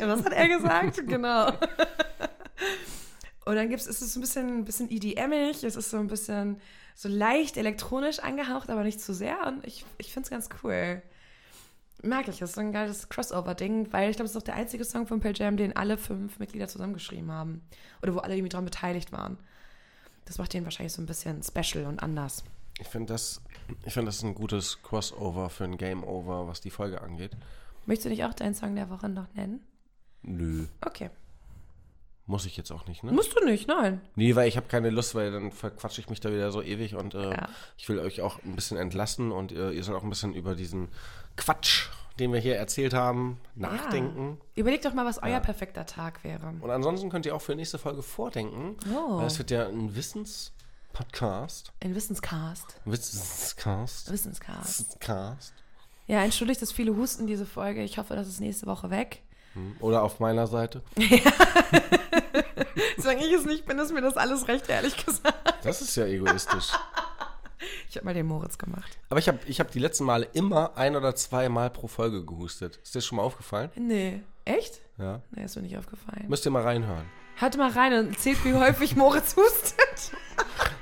Speaker 3: was hat er gesagt? Genau. Und dann gibt's, ist es so ein bisschen, ein bisschen EDM-ig, es ist so ein bisschen so leicht elektronisch angehaucht, aber nicht zu sehr. Und ich, ich finde es ganz cool. Mag ich, das ist so ein geiles Crossover-Ding, weil ich glaube, es ist auch der einzige Song von Pearl Jam, den alle fünf Mitglieder zusammengeschrieben haben. Oder wo alle irgendwie dran beteiligt waren. Das macht den wahrscheinlich so ein bisschen special und anders.
Speaker 4: Ich finde das, ich find das ein gutes Crossover für ein Game Over, was die Folge angeht.
Speaker 3: Möchtest du nicht auch deinen Song der Woche noch nennen?
Speaker 4: Nö.
Speaker 3: Okay.
Speaker 4: Muss ich jetzt auch nicht, ne?
Speaker 3: Musst du nicht, nein.
Speaker 4: Nee, weil ich habe keine Lust, weil dann verquatsche ich mich da wieder so ewig und äh,
Speaker 3: Ja.
Speaker 4: ich will euch auch ein bisschen entlassen und äh, ihr sollt auch ein bisschen über diesen Quatsch, den wir hier erzählt haben, nachdenken.
Speaker 3: Ja. Ah. Überleg doch mal, was euer perfekter Tag wäre.
Speaker 4: Und ansonsten könnt ihr auch für die nächste Folge vordenken.
Speaker 3: Oh.
Speaker 4: Weil es wird ja ein Wissenspodcast.
Speaker 3: Ein Wissenscast.
Speaker 4: Wissenscast.
Speaker 3: Wissenscast.
Speaker 4: Wissenscast.
Speaker 3: Ja, entschuldigt das viele Husten diese Folge. Ich hoffe, das ist nächste Woche weg.
Speaker 4: Oder auf meiner Seite.
Speaker 3: Solange ich es nicht bin, ist mir das alles recht, ehrlich gesagt.
Speaker 4: Das ist ja egoistisch.
Speaker 3: Ich habe mal den Moritz gemacht.
Speaker 4: Aber ich habe ich hab die letzten Male immer ein oder zwei Mal pro Folge gehustet. Ist dir das schon mal aufgefallen?
Speaker 3: Nee. Echt?
Speaker 4: Ja.
Speaker 3: Nee, ist mir nicht aufgefallen.
Speaker 4: Müsst ihr mal reinhören.
Speaker 3: Hört mal rein und zählt, wie häufig Moritz hustet.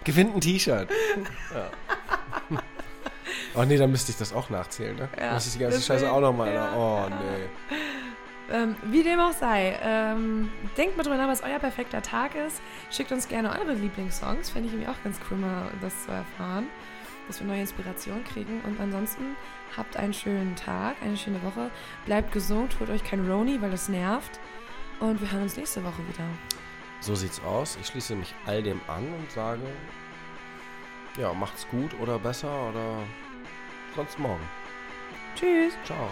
Speaker 4: Gewinnt ein T-Shirt. Ja. Oh nee, dann müsste ich das auch nachzählen, ne?
Speaker 3: Ja,
Speaker 4: Muss ich die ganze
Speaker 3: deswegen,
Speaker 4: ne? Scheiße auch nochmal.
Speaker 3: ja,
Speaker 4: Ja, oh nee.
Speaker 3: Ähm, wie dem auch sei, ähm, denkt mal drüber nach, was euer perfekter Tag ist. Schickt uns gerne eure Lieblingssongs. Fände ich irgendwie auch ganz cool, mal das zu erfahren, dass wir neue Inspiration kriegen. Und ansonsten habt einen schönen Tag, eine schöne Woche. Bleibt gesund, holt euch kein Roni, weil das nervt. Und wir hören uns nächste Woche wieder.
Speaker 4: So sieht's aus. Ich schließe mich all dem an und sage, ja, macht's gut oder besser oder sonst morgen.
Speaker 3: Tschüss.
Speaker 4: Ciao.